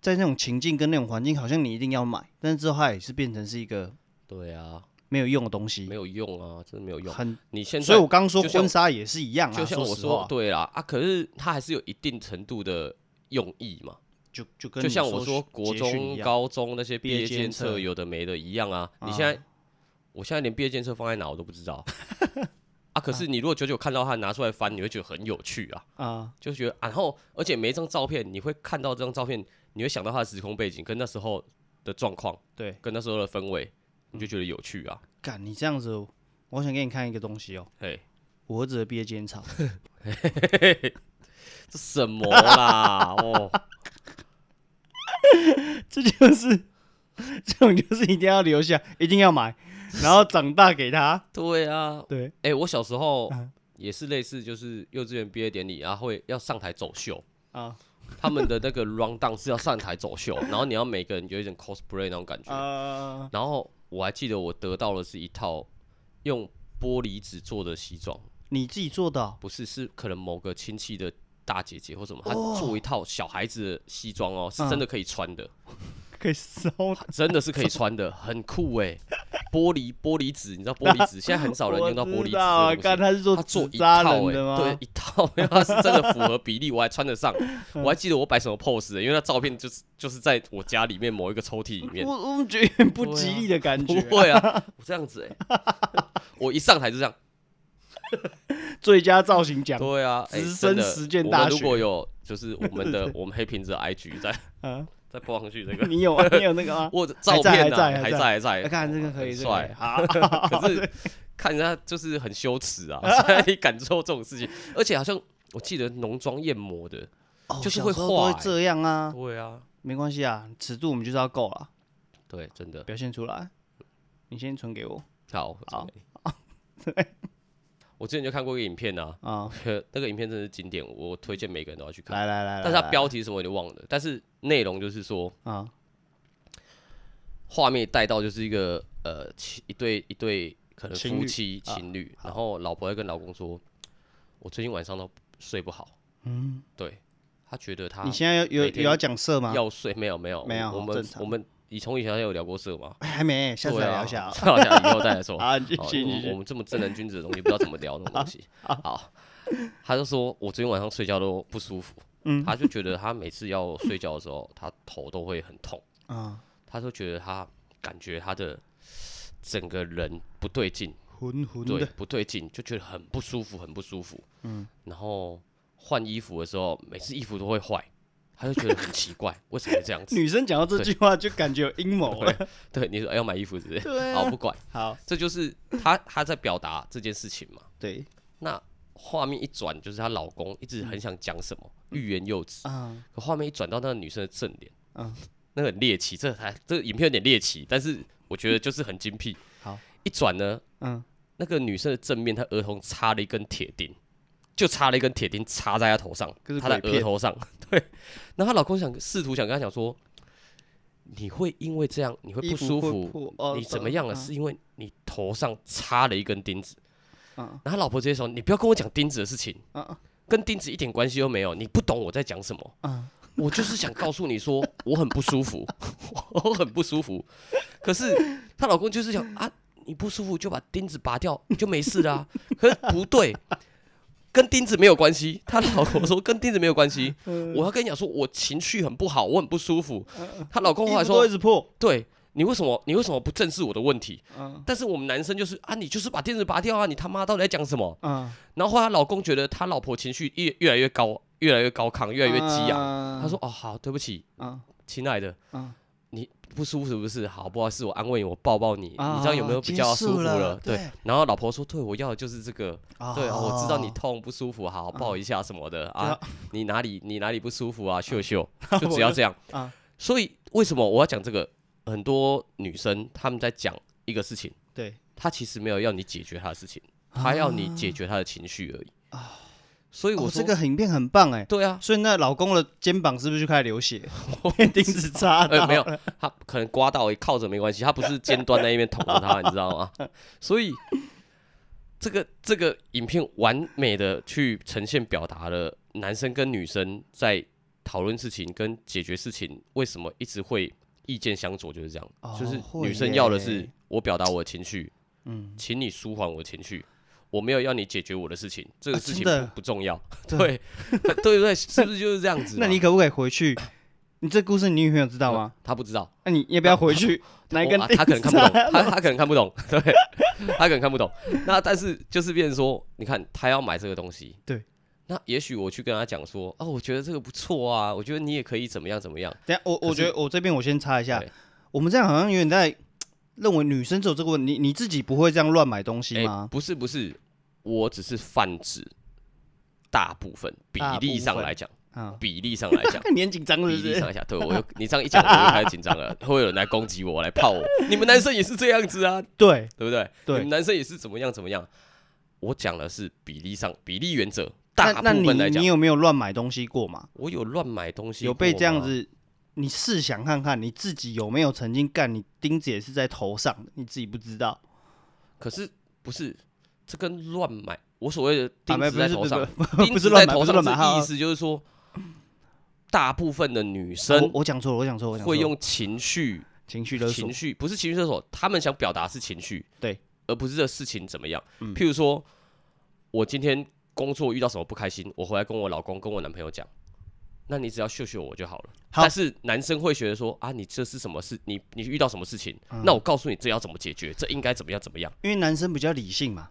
在那种情境跟那种环境，好像你一定要买，但是之后它也是变成是一个
对啊，
没有用的东西
没，有用啊，真的没有用。
很。
你现在
所以我刚刚说
就像
婚纱也是一样啊，
就像我
实话
说，，对啦啊，可是它还是有一定程度的用意嘛。
就就跟
就像
你
我说，国
捷讯
中、
一样
高中那些
毕
毕业
业
监
监
测
测
有的没的一样啊。你现在，我现在连毕业监测放在哪我都不知道
[LAUGHS]
啊。可是你如果久久看到它拿出来翻，你会觉得很有趣啊，
啊，
就觉得、啊然后而且每一张照片，你会看到这张照片，你会想到它的时空背景跟那时候的状况，
对，
跟那时候的氛围，你就觉得有趣啊。
干你这样子，我想给你看一个东西哦，
嘿，
我儿子的毕业监测，
这什么啦？哦，
这就是。这种就是一定要留下，一定要买，然后长大给他。
对啊，
对，
哎、我小时候
嗯
也是类似，就是幼稚园毕业典礼啊，会要上台走秀，
啊
他们的那个 round down 是要上台走秀，然后你要每个人有一点 cosplay 那种感觉。
啊
然后我还记得我得到的是一套用玻璃纸做的西装，
你自己做的哦、
不是是可能某个亲戚的大姐姐或什么，她做一套小孩子的西装哦，是真的可以穿的，
可以 [LAUGHS] 烧它
真的是可以穿的，很酷哎、玻璃玻璃纸，你知道玻璃纸现在很少人用到玻璃纸这种
啊，
东西
看。他是做
他做
纸
一
扎
套、
人
欸，
的吗？
对，一套，因为他是真的符合比例，我还穿得上，
[LAUGHS]
我还记得我摆什么 pose，、因为那欸照片就是就是在我家里面某一个抽屉里面，
我我们觉得有点不吉利的感
不
觉、
会啊，我这样子哎、我一上台就这样，
最佳造型奖，
对啊，哎
资
真的
深实践大
我们如
学
果有就是我
[LAUGHS]
们的我们黑瓶子的 IG 在
啊，
再播上去
[LAUGHS]
这个，
你有啊？你有那个吗？
我的照片
还
呢、
在
还
还在
在还在，
啊看这个可以，
很
这个可以
帅，
好，
[LAUGHS]
[LAUGHS]
可是看人家就是很羞耻啊， [LAUGHS] 现在你敢做这种事情，而且好像我记得浓妆艳抹的，
哦
[LAUGHS] 就是
小
会
时候都
画欸
会这样啊，
对啊，
没关系啊，尺度我们就是要够了，
对，真的。
表现出来。你先存给我
好，我
好
送给你。
[LAUGHS]
我之前就看过一个影片啊，
啊！
[LAUGHS] 那个影片真的是经典，我推荐每个人都要去看。
来来来，
但是它
来
标题是什么我有点忘了，但是内容就是说，
啊，
画面带到就是一个呃情一对一对可能
情
夫
侣
妻
啊
情侣，然后老婆会跟老公说，我最近晚上都睡不好，嗯，对，他觉得他
你现在有有
啊每
有
天
要讲色吗？
要睡没有没有
没有
我
正
们
常
我们以从以前有聊过色嘛，
哎还没，下次
对
来
啊
聊一下啊。
下次聊以后 [LAUGHS] 再来说。
好， [LAUGHS] 你继
哦
续，
我
你继
们我
续。
们这么正人君子的东西，不知道怎么聊那种
[LAUGHS]
东西。好，他就说我昨天晚上睡觉都不舒服，
嗯
他就觉得他每次要睡觉的时候，他头都会很痛，
啊，
他就觉得他感觉他的整个人不对劲，
浑浑
对
的，
不对劲，就觉得很不舒服，很不舒服。嗯，然后换衣服的时候，每次衣服都会坏，他就觉得很奇怪， [LAUGHS] 为什么会这样子？
女生讲到这句话就感觉有阴谋了。
对，你说、哎要买衣服是不是？
对啊
好，不管，
好，
这就是他他在表达这件事情嘛。
对
那画面一转，就是她老公一直很想讲什么，
嗯
欲言又止。
啊，
可画面一转到那个女生的正脸，
嗯
那个很猎奇，这还这个影片有点猎奇，但是我觉得就是很精辟。
好，
一转呢，
嗯，
那个女生的正面，她额头插了一根铁钉，就插了一根铁钉插在她头上
这是，
她的
鬼
额
片
头上。 [LAUGHS] 对，然后她老公想试图想跟她讲说，你会因为这样你会
衣
不
服
舒
会
服，
破哦
你怎么样了？
嗯
是因为你头上插了一根钉子。
嗯
然后他老婆直接说：“你不要跟我讲钉子的事情，
啊
跟钉子一点关系都没有，你不懂我在讲什么。
啊
[LAUGHS] 我就是想告诉你说，我很不舒服， [LAUGHS] 我很不舒服。可是她老公就是想啊，你不舒服就把钉子拔掉，你就没事了、啊。可是不对，跟钉子没有关系。她老公说跟钉子没有关系，
嗯
我要跟你讲说，我情绪很不好，我很不舒服。她老公后来
衣服都嗯
说
一，直破，
对你为什么你为什么不正视我的问题？
嗯
但是我们男生就是啊，你就是把电子拔掉啊，你他妈到底在讲什么？
嗯，
然后后来她老公觉得他老婆情绪越越来越高，越来越高亢，越来
啊
越激昂。
昂
他说：“哦，好，对不起，
啊
亲爱的，
啊，
你不舒服是不是？好，不好意思，我安慰你，我抱抱你，
啊
你这样有没有比较
结束
舒服
了
了？”对
对。
然后老婆说：“对，我要的就是这个。对，哦我知道你
哦
痛不舒服，好抱一下什么的
对
啊
啊，
你哪里你哪里不舒
[LAUGHS]
服啊？秀秀，就只要这样
啊。
所以为什么我要讲这个？很多女生她们在讲一个事情。”
对，
他其实没有要你解决他的事情，他要你解决他的情绪而已。所以
我
我
啊哦这
说，
个影片很棒哎，
对啊，
所以那老公的肩膀是不是就开始流
[LAUGHS]
血？被钉子 [LAUGHS] 扎
呃，
到，
没有，他可能刮到靠着没关系，他不是尖端那一边捅着他，你知道吗？所以这个这个影片完美的去呈现表达了男生跟女生在讨论事情跟解决事情为什么一直会意见相左，就是这样，
哦
就是
会
女生要的
耶
是我表达我的情绪，嗯，请你舒缓我的情绪，我没有要你解决我的事情，这个
啊
事
真
情不、
的
不重
[LAUGHS]
要，对对 [LAUGHS] 对对，是不是就是这样子嘛？啊
那你可不可以回去？你这故事你女朋友知道
嗯
吗？
他不知道，
那你要不要回去拿一
[LAUGHS] 我
根
啊
钉
他可能看不
子
懂，
啊
他他可能看不懂，对，他可能看不懂。那但是就是变成说，你看他要买这个东西，
对，
那也许我去跟他讲说，哦，我觉得这个不错啊，我觉得你也可以怎么样怎么样，
等一下，我
可
我
是
觉得我这边我先插一下
对，
我们这样好像有点在认为女生只有这个问题，你你自己不会这样乱买东西
哎
吗？
不是不是，我只是泛指大部分比
大
例
部
上
分
来讲，
啊，
比例上来讲。
看你很紧张 [LAUGHS] 是不
比例上
是？
一下，对我又你这样一讲，我又开始紧张
[LAUGHS]
了，会有人来攻击我，来泡我。你们男生也是这样子啊，
对
对不对？
对
你们男生也是怎么样怎么样。我讲的是比例上比例原则，大
那
部
那你
分来讲
你，有没有乱买东西过嘛？
我有乱买东西，
有被这样，子？你试想看看，你自己有没有曾经干？你钉子也是在头上的，你自己不知道。
可是不是这跟乱买，我所谓的
啊
钉
没
子在
不是不是 [LAUGHS]
头上，
不是
钉
不是
子在
乱买，不
头
是
上
乱买，
的
哈
意思就是说，大部分的女
哈啊我
生
我讲错了，我讲错了，我讲错
会
了
用情绪
情绪勒索
情，绪不是情绪勒索，他们想表达是情绪，
对，嗯
而不是这事情怎么样。譬如说，我今天工作遇到什么不开心，我回来跟我老公、跟我男朋友讲，那你只要秀秀我就好了。
好
但是男生会觉得说啊，你这是什么事？你你遇到什么事情？
嗯
那我告诉你这要怎么解决，这应该怎么样怎么样
因为男生比较理性嘛。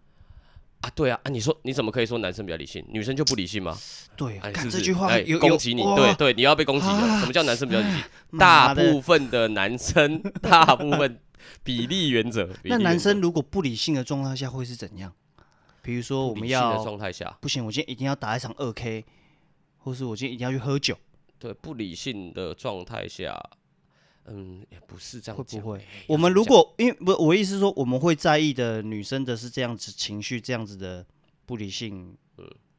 啊？对啊，啊，你说你怎么可以说男生比较理性，女生就不理性吗？
对，
哎，
看
是不
这
是
句话
哎
有
攻击你，对，对，你要被攻击了。
啊
什么叫男生比较理性？
哇
大
妈的
部分的男
[LAUGHS]
生，大部分比例原则。比
那
例
男
原则
生如果不理性的状态下会是怎样？比如说我
理
们
性的
要
状态下，
不行，我今天一定要打一场二 K，或是我今天一定要去喝酒，
对不理性的状态下，嗯，也不是这
会
样
不
讲。
会
哎？
我们如果因为不，我意思是说我们会在意的女生的是这样子情绪，这样子的不理性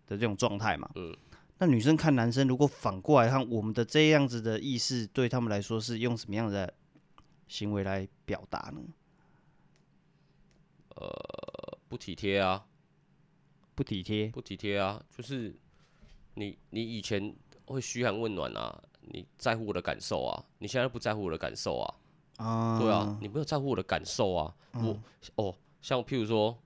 的这种状态嘛。
嗯
那女生看男生，如果反过来看我们的这样子的意识，对他们来说是用什么样的行为来表达呢？
不体贴啊，
不体贴，
不体贴啊，就是你你以前会嘘寒问暖啊，你在乎我的感受啊，你现在不在乎我的感受啊，
啊、
对啊，你没有在乎我的感受啊，
嗯
我哦，像譬如说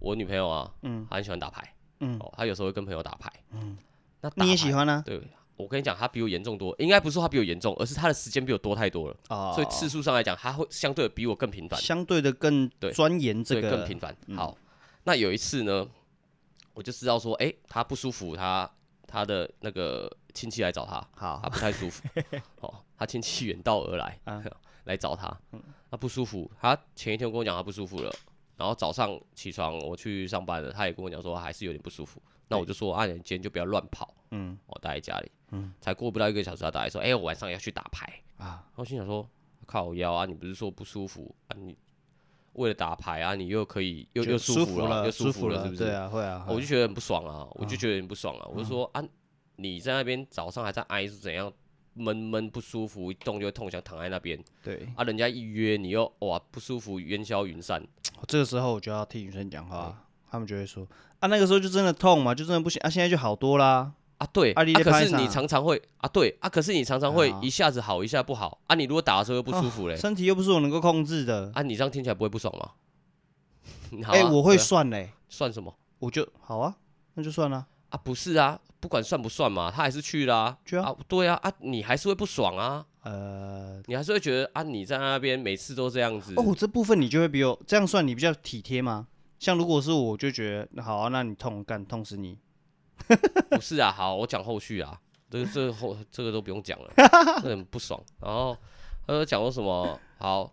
我女朋友啊，嗯，她很喜欢打牌，
嗯
哦，她有时候会跟朋友打牌，嗯，那打
你也
牌
喜欢啊？
对。我跟你讲，她比我严重多，应该不是说她比我严重，而是她的时间比我多太多了。
哦，
所以次数上来讲，他会相对比我更频繁，
相对的更
对
钻研这
对，
个嗯
更频繁。好，那有一次呢，我就知道说，哎，他不舒服，他他的那个亲戚来找他，
好
他不太
[LAUGHS]
舒服，哦，他亲戚远道而来，
啊
[LAUGHS] 来找他，
嗯
他不舒服，他前一天跟我讲他不舒服了，然后早上起床我去上班了，他也跟我讲说他还是有点不舒服，那我就说啊，你今天就不要乱跑，
嗯，
我待在家里，嗯，才过不到一个小时，他打来说，哎，我晚上要去打牌，
啊，
然后心想说，靠腰啊，你不是说不舒服啊？你为了打牌啊，你又可以又
就
又
舒
服
了，
又
舒
服是不是？
对啊，会嗯啊，
我
会
就觉得很不爽啊，我就觉得很不爽啊，我就说啊，你在那边早上还在挨是怎样？闷闷不舒服，一动就会痛，想躺在那边
对，
啊！人家一约你又哇不舒服，烟消云散。
这个时候我就要替女生讲话，他们就会说啊，那个时候就真的痛嘛，就真的不行啊，现在就好多啦。
啊，对，
啊
啊，
你在
可
拍
是
啥
你常常会啊，对啊，可是你常常会
啊
一下子好一下不好啊。你如果打的时候又不舒服嘞，
身体又不是我能够控制的。
啊，你这样听起来不会不爽吗？ [LAUGHS] 好
哎，
啊
我会
对啊
算嘞，
算什么？
我就好啊，那就算了。
啊，不是啊，不管算不算嘛，他还是去啦、啊。
去啊
对啊，啊，你还是会不爽啊，
呃，
你还是会觉得啊，你在那边每次都这样子。
哦，这部分你就会比我这样算，你比较体贴吗？像如果是我，就觉得那好啊，那你痛干痛死你。
不是啊，好，我讲后续啊，这个这个后这个都不用讲
[LAUGHS]
了，这很不爽。然后他又讲说什么，好，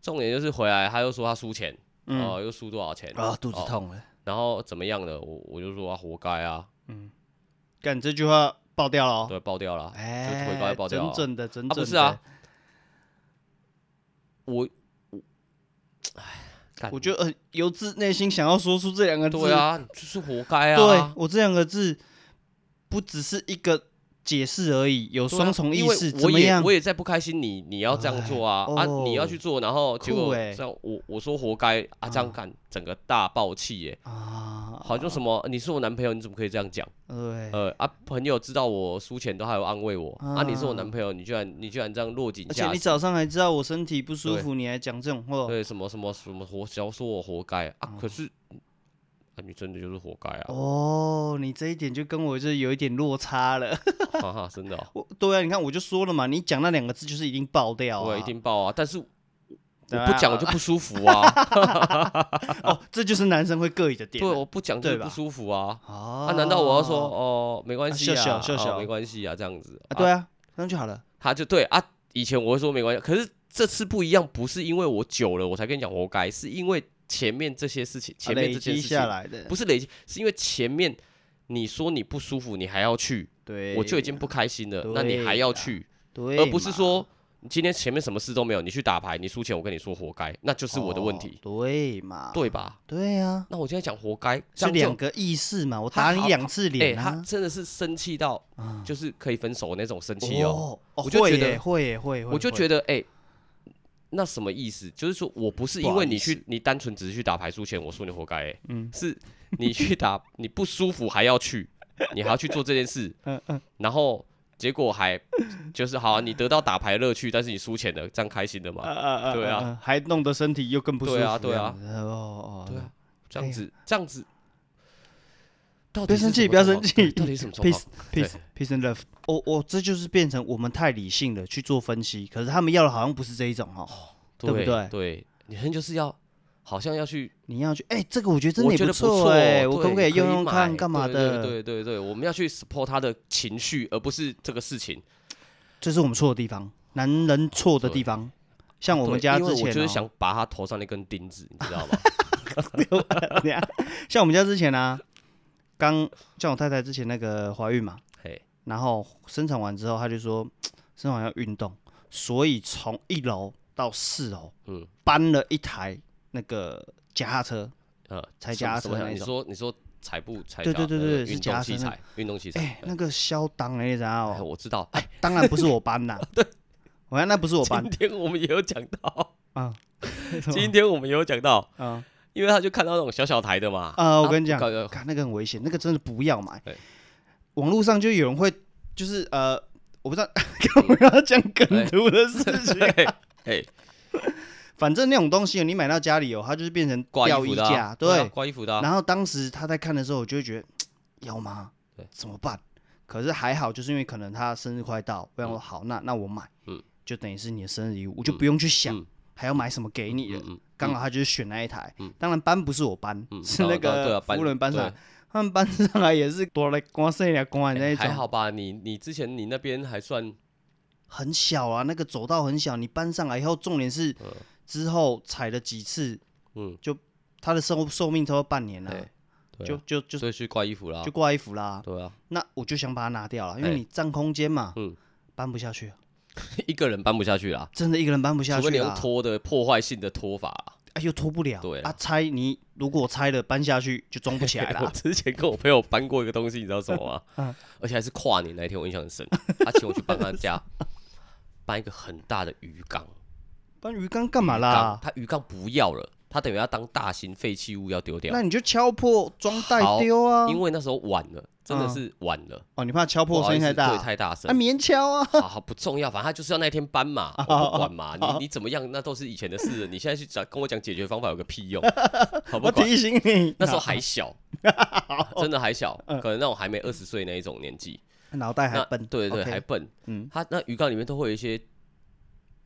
重点就是回来他又说他输钱，哦、又输多少钱
嗯啊，肚子
哦
痛了，
然后怎么样的，我我就说啊，活该啊，
干这句话爆掉了哦。
对，爆掉了啊，就
哎
回，来爆掉
整
了啊。
整的，整整
啊
的，
不是啊，我我，哎，
我
觉
就呃由自内心想要说出这两个字，
啊对啊，就是活该啊。
对我这两个字不只是一个解释而已，有
对啊
双重意
因为
识，怎
我
么
也
样
我？也在不开心你，你要这样做啊、
哎
啊
哦！
你要去做，然后结
酷
果
欸
这样我我说活该啊！这样干整个大爆气耶、
啊，哎
好像什么你是我男朋友，你怎么可以这样讲？
对，
呃啊，朋友知道我输钱都还有安慰我啊
啊
你是我男朋友，你居然你居然这样落井
而且
下
你
石，
早上还知道我身体不舒服，你还讲这种话，
啊对啊什么什么什么活，只要说我活该啊！可是啊，你真的就是活该啊！
哦，你这一点就跟我就是有一点落差了。
[LAUGHS]
[LAUGHS]
哈哈，真的、哦
我对啊，你看我就说了嘛，你讲那两个字就是一定爆掉
哦，
啊，
我一定爆啊！但是我
对啊
不讲我就不
[LAUGHS]
舒服啊，
哦，这就是男生会膈应的点
对，
了。
我不讲就是
对吧
不舒服啊。
啊
啊，难道我要说哦，没关系
啊笑笑
啊，
笑笑
哦没关系啊，这样子
啊？对，啊，这样就好了。
他就对啊，以前我会说没关系，可是这次不一样，不是因为我久了我才跟你讲活该，是因为前面这些事情，前面
啊累
这件
积
事
下
情
来的，
不是累积，是因为前面你说你不舒服，你还要去，
对，啊
我就已经不开心了，那你还要去，
对嘛，
而不是说你今天前面什么事都没有，你去打牌，你输钱，我跟你说活该，那就是我的问题，
哦对嘛？
对吧？
对啊，
那我今天讲活该，这
是
样就
两个意识嘛，我
他
打你
好
两次
哎、
脸
他
啊。
真的是生气到，就是可以分手的那种生气哦。
哦，
我就
会
觉得
耶会耶会，
我就
得
觉得，哎、那什么意思？就是说我不是
不
因
好
为
意嗯
你去，你单纯只是去打牌输钱，我说你活该、哎，是你去打，你不舒服还要
[LAUGHS]
去，你还要去做这件事，
嗯
然后结果还就是好啊、你得到打牌乐趣，但是你输钱了，这样开心的
啊
吗？
啊啊，
对啊
啊，还弄得身体又更不舒服。
对啊对啊，
哦哦，
对啊，这样
哎
子，这样子。到
不
底
要
是
生
什
气
么
不要
状况
生气 [LAUGHS]
到底是什么状况？
peace peace peace and love。我我这就是变成我们太理性了去做分析，可是他们要的好像不是这一种哦哈。
哦
对不对
对，女生就是要，好像要去
你要去，哎，这个我觉得真
我
的
觉
也
得
错
哎，
哎，我可不
对
以用用
买
看干嘛
对
的？
对对对对，我们要去 support 他的情绪，而不是这个事情。
这是我们错的地方，男人错的地方。像我们
对
家
因为
之前、
我
哦，
就是想拔他头上那根钉子，你
[LAUGHS]
知道吗？
等一下像我们家之前啊，刚像我太太之前那个怀孕嘛，
嘿，
然后生产完之后，她就说生产完要运动，所以从一楼到四楼，
嗯
搬了一台那个脚踏车，
呃，
踩
什么
夹
什么
层
样
那
你
种
说你说踩步踩
对对
脚
对
那
对
个
是
运
夹
动器
层
材，运动器材。
哎、
对
那个消档哎、你知道
哎
哦？
我知
[LAUGHS]
道，哎，
当然不是我搬
[LAUGHS]
啦，对，我看那不是我搬
今天我们也有讲
[LAUGHS]
到，
啊，
今天我们也有讲到，
啊
因为他就看到那种小小台的嘛，
啊！我跟你
不
讲，
搞得
看那个很危险，那个真的不要买
对。
网络上就有人会，就是呃，我不知道， [LAUGHS] 干嘛要讲梗
哎
图的
[LAUGHS]
事情。 [LAUGHS]
哎，
反正那种东西，你买到家里哦，它就是变成
挂
吊衣
衣服的啊
架，，
啊
对。
挂衣服的啊，
然后当时他在看的时候，我就会觉得，要吗
对？
怎么办？可是还好，就是因为可能他生日快到，我想说好，那那我买，
嗯
就等于是你的生日礼物，我就不用去想
嗯
还要买什么给你了
嗯。嗯，
刚好他就是选那一台
嗯，
当然搬不是我搬，
嗯
是
当
那
然当然对
个
啊搬
夫人搬上来
对，哎
他们搬上来也是多来光剩俩光那一
还
种，
好吧？你你之前你那边还算
很小啊，那个走道很小，你搬上来以后，重点是
嗯
之后踩了几次，
嗯，
它的寿寿命超过半年了
对，对啊
就就就
所以去挂衣服啦
就，挂衣服啦。
对啊， [LAUGHS]
那我就想把它拿掉了，因
哎
为你占空间嘛，
嗯
搬不下去，
一个人搬不下去啦，
真的一个人搬不
除
下
非你
去
用
啊，
拖的破坏性的拖法
[LAUGHS]
啦。
哎又拖不了，
对啦
啊拆你如果拆了搬下去就装不起来
[LAUGHS] 我
了，
之前跟我朋友搬过一个东西，你知道
[LAUGHS]
什么
嗯
吗？而且还是跨年那一天，我印象很深。他请我去帮他家搬一个很大的鱼缸，
搬鱼缸干嘛
缸
啦？
他鱼缸不要了，他等于要当大型废弃物要丢掉
那，你就敲破装袋
好
丢啊，
因为那时候晚了，真的
嗯
是晚了，
哦你怕敲
不
破
好
声
意
音太
思对，
大，
太大声
啊。棉敲啊，
好好不重要，反正他就是要那天搬
[LAUGHS]
嘛，我不管嘛，你你怎么样，那都是以前的事了。你现在去讲跟我讲解决方法有个屁
[LAUGHS]
用，好不
我啊
管。
提醒你，
那时候
[LAUGHS]
还小，真的还小，可能那种还没二十岁那一种年纪，
脑袋嗯还
那
笨，
对对，
OK
还笨。
嗯
它那鱼缸里面都会有一些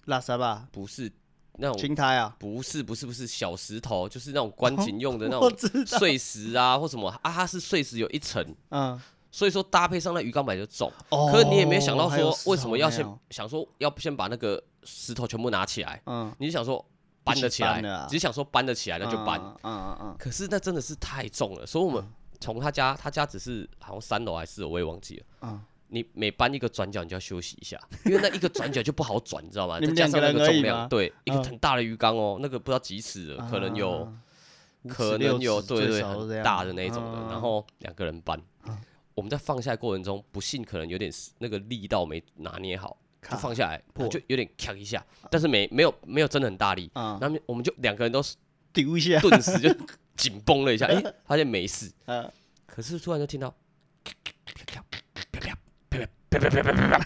拉萨吧，
不是那种
青苔啊，
不是不是不是小石头，就是那种观景
[LAUGHS]
用的那
我
种
知道，
碎石啊或什么啊，它是碎石有一层，
嗯，
所以说搭配上那鱼缸本来就重。
哦
可是你也没想到
还有
说为什么要
石
先
头没有
想说要先把那个石头全部拿起来，
嗯
你就想说搬得起
一起搬了
来
啊，
只是想说搬得 [LAUGHS] 起来那就搬。
嗯嗯嗯嗯，
可是那真的是太重了，所以我
啊
们从他家，他家只是好像三楼还是四楼，我也忘记了。
嗯
你每搬一个转角，你就要休息一下，因为那一个转角就不好转，你知道吗？
你
再
们
加上那
两个人而已啊
重
吗
量，对，一个
嗯
很大的鱼缸哦，那个不知道几尺了，可能
嗯
有，可能有，对对，很大的那种的。然后两个人搬，我们在放下的过程中，不幸可能有点那个力道没拿捏好，就
卡
放下来，它
破
就有点咔一下，但是没没有没有真的很大力，
啊，
然后我们就两个人都是
丢一下，
顿时就紧绷了一下，哎、发现没事，
呃，
可是突然就听到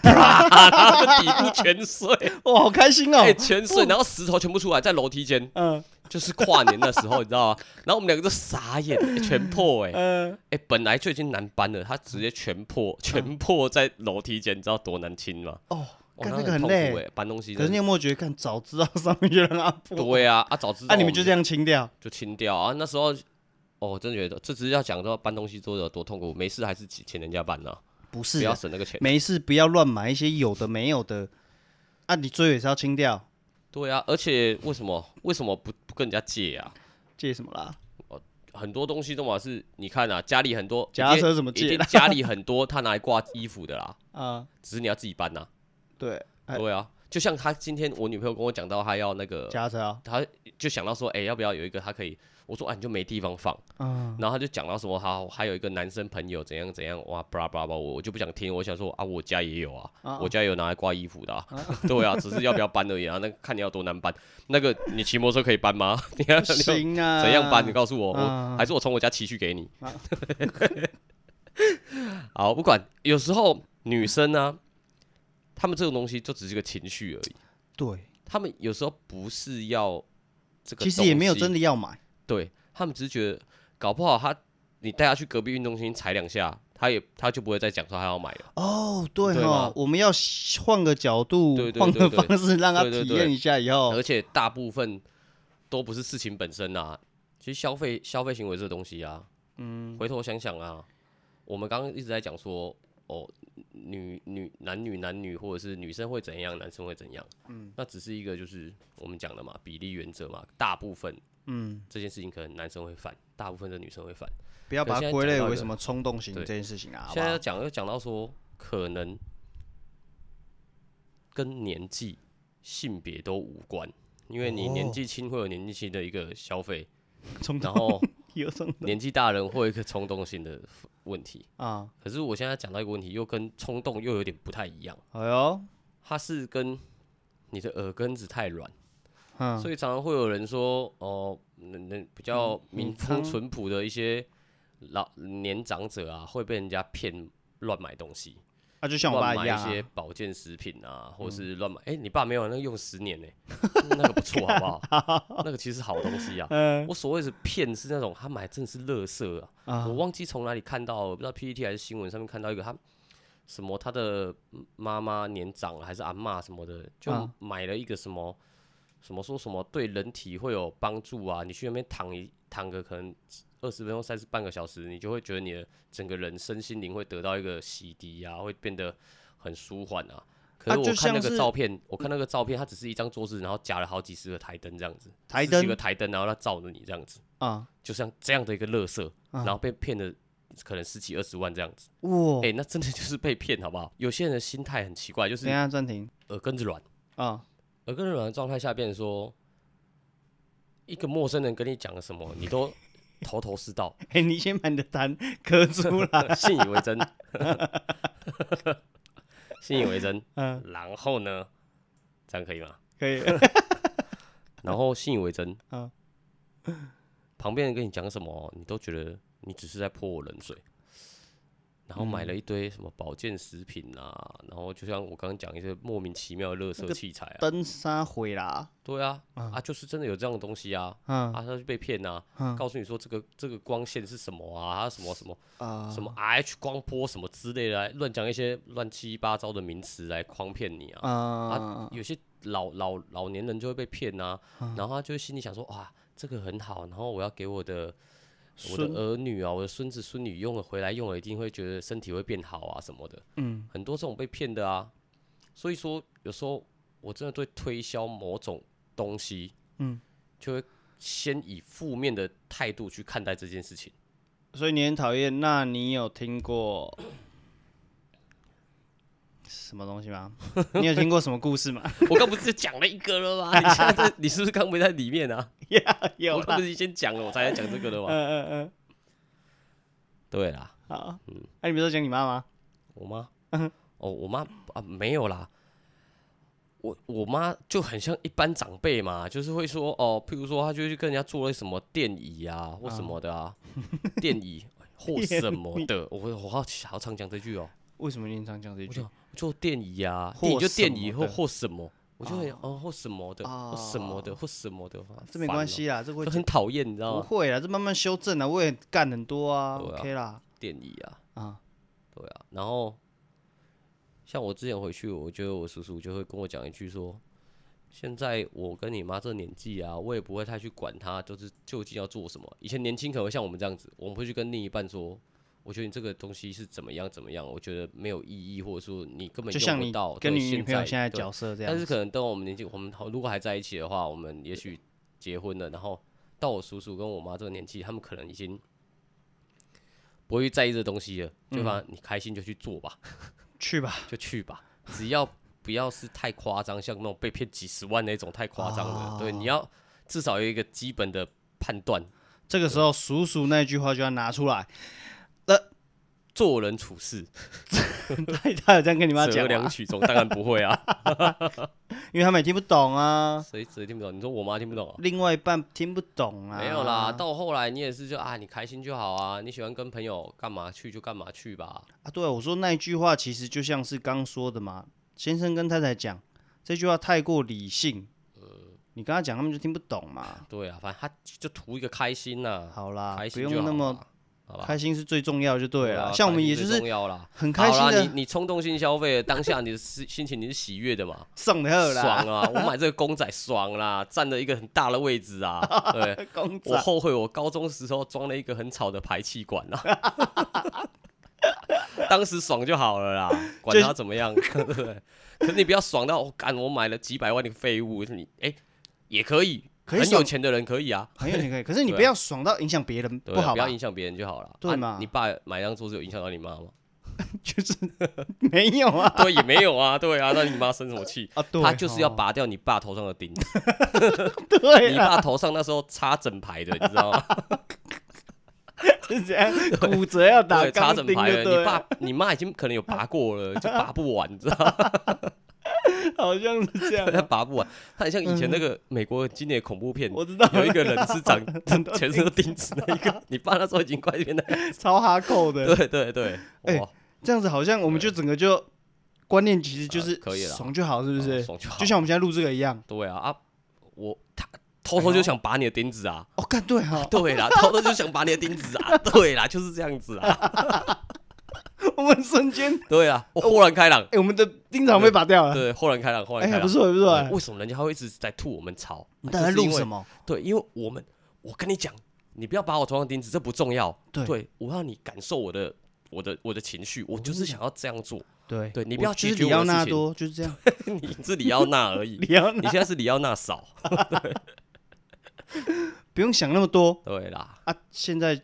啪，然后就底部全碎，
[LAUGHS] 哇，好开心哦
哎、，全碎，然后石头全部出来，在楼梯间，
嗯
就是跨年的时候，你知道吗？然后我们两个就傻眼，哎全破哎、
呃，
哎、本来就已经难搬了，他直接全
嗯
破，全破在楼梯间，你知道多难清吗？
哦，
哇，
干那
个
个很
痛苦哎、
累，
搬东西
可是
真
你
的。
有没有觉得，看早知道上面就让它破，
对啊，啊，早知道
啊，你们就这
样
样清掉，
就清掉啊。那时候，哦，真的觉得这只是要讲到搬东西做的有多痛苦，没事还是请请人家搬呢、啊，
不
不
是
要
啊，
省那个钱。
没事，不要乱买一些有的没有的，啊，你最后也是要清掉，
对啊，而且为什么为什么不不跟人家借啊？
借什么啦？
很多东西都嘛是，你看啊，家里很多
脚踏车怎么
一定
借
一定
啦？
家里很多他拿来挂衣服的啦，
啊，
只是你要自己搬呐、
对，哎
对啊，就像他今天我女朋友跟我讲到，她要那个
加车啊，
他就想到说，哎、要不要有一个他可以？我说啊，你就没地方放。
嗯，
然后他就讲到什么，好，还有一个男生朋友怎样怎样，哇，巴拉巴拉巴拉，我我就不想听，我想说啊，我家也有啊，
啊
我家也有拿来挂衣服的、啊， [LAUGHS] 对啊，只是要不要搬而已啊，那看你要多难搬。那个你骑摩托车可以
[LAUGHS]
搬吗？ [LAUGHS] 你要
不行啊，
怎样搬？你告诉我，
啊
我还是我从我家骑去给你。 [LAUGHS] 好，不管，有时候女生呢、啊，她们这种东西就只是个情绪而已。
对，
他们有时候不是要这个，
其实也没有真，的要买，
对他们只是觉得搞不好他你带他去隔壁运动中心踩两下，他也他就不会再讲说他要买了。
哦，对
对
哦
吗，
我们要换个角度
对，对
换
对
个
对
方式，让他
对对
体
对
验一下以后，
而且大部分都不是事情本身啊，其实消费消费行为这东西啊，嗯，回头想想啊，我们刚刚一直在讲说哦，女女男女男女或者是女生会怎样，男生会怎样，嗯，那只是一个就是我们讲的嘛，比例原则嘛，大部分
嗯，
这件事情可能男生会犯，大部分的女生会犯。
不要把它
可是现在
归类
讲到一
为
个
什么冲动型这
对
件事情啊，好不
现在
好
要？讲又讲到说，可能跟年纪、性别都无关，因为你年纪轻会有年纪轻的一个消
[LAUGHS]
费， [LAUGHS]
冲动
然后
有冲动
年纪大人会有一个冲动性的问题。
啊，
可是我现在讲到一个问题，又跟冲动又有点不太一样，
哎呦，
它是跟你的耳根子太软，
嗯，嗯
所以常常会有人说，哦，那那比较民
民风
风淳朴的一些老年长者啊，会被人家骗乱买东西。
那就像我爸
乱买
一样啊嗯
些保健食品啊，或是乱买。哎、你爸没有啊那个用十年呢、那个不错，好
[LAUGHS]
不好？那个其实好东西啊。
嗯
我所谓的骗是那种他买真的是乐色啊，
啊
我忘记从哪里看到，我不知道 PPT 还是新闻上面看到一个他什么他的妈妈年长了还是阿嬷什么的，就
啊
买了一个什么。什么说什么对人体会有帮助啊？你去那边躺一躺个可能二十分钟、三十半个小时，你就会觉得你的整个人身心灵会得到一个洗涤啊，会变得很舒缓啊。可
啊
是我
就
看那
像是嗯
个照片，我看那个照片，它只是一张桌子，然后夹了好几十个台灯这样子，
台
十几
灯
个台灯，然后它照着你这样子，
啊，
就像这样的一个乐色，
嗯
然后被骗了可能十几二十万这样子。
哇，
哎、那真的就是被骗，好不好？有些人的心态很奇怪，就是
等一下暂停
耳根子软，
啊， [LAUGHS]
耳根子软的状态下，变成说一个陌生人跟你讲了什么，你都头头是道。
哎，你先把你的痰咳出来，
信以为真， [LAUGHS] 信以为真。
嗯，
然后呢，这样可以吗？
可
[LAUGHS]
以，
然后信以为真，
嗯
旁边人跟你讲什么，你都觉得你只是在泼我冷水。然后买了一堆什么保健食品啊，然后就像我刚刚讲一些莫名其妙的垃圾器材啊，
灯杀毁啦，
对啊，啊就是真的有这样的东西啊，
嗯
啊他就被骗啊，
嗯
告诉你说这个这个光线是什么啊，啊什么什么，
啊
什么 RH 光波什么之类的，来乱讲一些乱七八糟的名词来诓骗你啊。
啊，
有些老老老年人就会被骗啊，然后他就会心里想说，哇，这个很好，然后我要给我的我的
孙
儿女啊，我的孙子孙女用了回来用了，一定会觉得身体会变好啊什么的。
嗯，
很多这种被骗的啊，所以说有时候我真的对推销某种东西，
嗯，
就会先以负面的态度去看待这件事情。
所以你很讨厌，那你有听过？什么东西
[LAUGHS]
吗？你有听过什么故事吗？ [LAUGHS]
我刚不是讲了一个了吗？你现在在你是不是刚没在里面啊？
呀有
我刚
啦
不，是先讲了，我才来讲这个的
嗯
吗？
嗯嗯，
对啦，
好，
嗯
那、你不是说讲你妈吗？
我妈，
嗯
哦，我妈啊，没有啦。我我妈就很像一般长辈嘛，就是会说哦，譬如说，她就会去跟人家做了什么电椅啊，或什么的啊，电
[LAUGHS]
椅或什么的。我我好奇好常讲这句哦，
为什么你很常讲这
我
句
就？做电椅啊，
或
电椅就
什
电
么
椅或
的
或什么，我就很哦或什么的，或什么的，或什么的，啊
这没
烦
关
哦，
系啦，这会
就很讨厌，你知道
不
吗？
会啦，这慢慢修正啦，啊我也干很多啊
对啊
o k 啦，
电椅啊，
啊，
对啊，然后像我之前回去，我觉得我叔叔就会跟我讲一句说，现在我跟你妈这年纪啊，我也不会太去管她，就是究竟要做什么。以前年轻可能会像我们这样子，我们会去跟另一半说。我觉得你这个东西是怎么样怎么样，我觉得没有意义，或者说你根本
就
用
像
不
你
到。
跟
对
你女朋友现在
对
角色这样
但
子，
是可能等我们年纪，我们好如果还在一起的话，我们也许结婚了，然后到我叔叔跟我妈这个年纪，他们可能已经不会在意这东西了，
嗯
就反正你开心就去做吧，
去吧，
就去吧，只要不要是太夸张，像那种被骗几十万那种太夸张
啊
了，对，你要至少有一个基本的判断，
这个时候叔叔那句话就要拿出
[LAUGHS]
来，
做人处事，
他他有这样跟你妈
择
讲
良
吗？
取忠，当然不会啊， [LAUGHS]
因为他们也听不懂啊，
谁谁听不懂？你说我妈听不懂啊？
另外一半听不懂啊，
没有啦，，到后来你也是就啊，你开心就好啊，你喜欢跟朋友干嘛去就干嘛去吧。
啊，对啊我说那一句话其实就像是刚说的嘛，先生跟太太讲这句话太过理性，
呃
你跟他讲他们就听不懂嘛，
对啊，反正他就图一个开心呐、
好啦
开，
啊不
心就
用那
好
么
啦，好吧？
开心是最重要就对
啊
了，像我们
开心
也就
最
是
重要啦，
很开心
好啦，
[LAUGHS] 的
你你冲动性消费了，当下你的心心情你是喜悦的嘛？
送的二啦
爽，啊！我买这个公仔爽啦，占了一个很大的位置
[LAUGHS]
啊。对，
公仔
我后悔我高中时候装了一个很吵的排气管啊， [LAUGHS] 当时爽就好了啦，管他怎么样， [LAUGHS] 对不对？可是你不要爽到我哦干、我买了几百万的废物，你哎、也可以，
可以
很有
爽
钱的人可以啊，
很有钱可以，可是你
对啊
不要爽到影响别人，
对啊
不好
不要
吧？
影响别人就好了。
对
啊
嘛
你爸买一张桌子有影响到你妈吗？
[LAUGHS] 没有啊，
对，也没有啊，对啊，那你妈生什么气？
啊， [LAUGHS] 对，
他就是要
哦
拔掉你爸头上的钉子。
对啊
你
啦
爸头上那时候插整排的，你知
[LAUGHS]
道吗？
是这样，骨折要打
对，插
钢
整
钉
排
就
了。
对啊
你
了，
爸、你妈已经可能有拔过了，就拔不完，你知道吗？
好像是这样
[LAUGHS] 他
啊。
拔不完，他很像以前那个美国经典恐怖片，
嗯我知道
有一个人
[LAUGHS]
是长
很多
全身都钉子那
[LAUGHS]
一个，你爸那时候已经快变那，
超哈扣的，
对对对，
哎
哇，
这样子好像我们就整个就观念其实就
呃
是
可以啦
爽就好，是不
啊
是？
爽就好
就，像我们哎现在录这个一样。
对啊啊，我他偷偷就想拔你的钉子啊，
哦，干 [LAUGHS] 对哈，
对啦， [LAUGHS] 偷偷就想拔你的钉子啊，对啦，就是这样子啊，
我们瞬
[LAUGHS]
间，
对啊，我豁然开朗，
哎，我们的丁长被拔掉了，
对，豁然开朗，豁然
哎，
开
还
朗
不。错，还不错。
对
哎
为什么人家会一直在吐我们槽？
你到底在录什
么？
么？
对，因为我们，我跟你讲，你不要把我头上钉子，这不重要。
对
我让你感受我的，我的，我的情绪，我
哦
就是想要这样
[LAUGHS]
做。
对
对你
我
不要
就
解
是
决
里
我
奥
的事
纳
情
多就是
[LAUGHS]
这样，
你是里奥纳而已，
里奥
你
纳
现在是里奥纳少。
不用想那么多
对啦，
啊。现在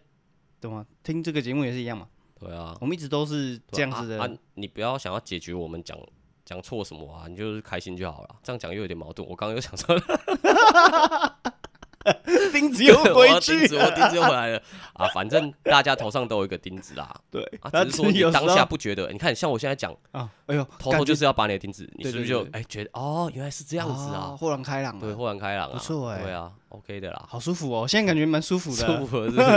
懂吗？听这个节目也是一样嘛，
对啊，
我们一直都是
对
哦这样
啊
子
啊
的。
啊你不要想要解决我们讲讲错什么啊，你就是开心就好了。这样讲又有点矛盾。我刚刚又想说，啊
[LAUGHS] 钉子又
[LAUGHS] 我
回
要钉
去
子，我钉子又回来了啊！反正大家头上都有一个钉子啦。
对
啊，
他
只
只
是说
是
你
有时
当下
候
不觉得，你看像我现在讲，
啊，哎呦，
偷
感
偷
觉
就是要把你的钉子，你
对
是不是
对
就
对
哎觉得哦，原来是这样子
哦
啊？
豁然开朗啊，
对，豁然开朗啊，
不错哎
对啊
[LAUGHS]
，OK 的啦，
好舒服哦，现在感觉蛮舒服的，啊
舒服是不是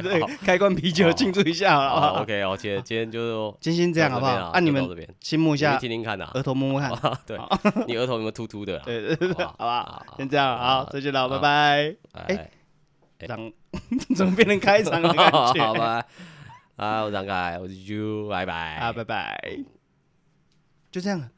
[LAUGHS] 对
[LAUGHS] ？OK，，
开罐啤酒
好
庆祝一下好
好
了，好
好
不好？
，OK，好，今天今天就
今天先 [LAUGHS] 这样好不好？
到这边啊
啊，你
就到
们
这边
先摸
我
一
去
下
听听
[LAUGHS]
看 [LAUGHS] 呐，
额头，摸摸看，
对，你额头有没有秃秃的啊啦？
对对对，
好
好
不
吧，先这样，好，再见了，拜拜。
哎，
长 [LAUGHS] 怎么变成开场的感
[LAUGHS] 好
觉？
吧，啊，我张凯，我是 j 拜拜，
啊，拜拜，就这样了。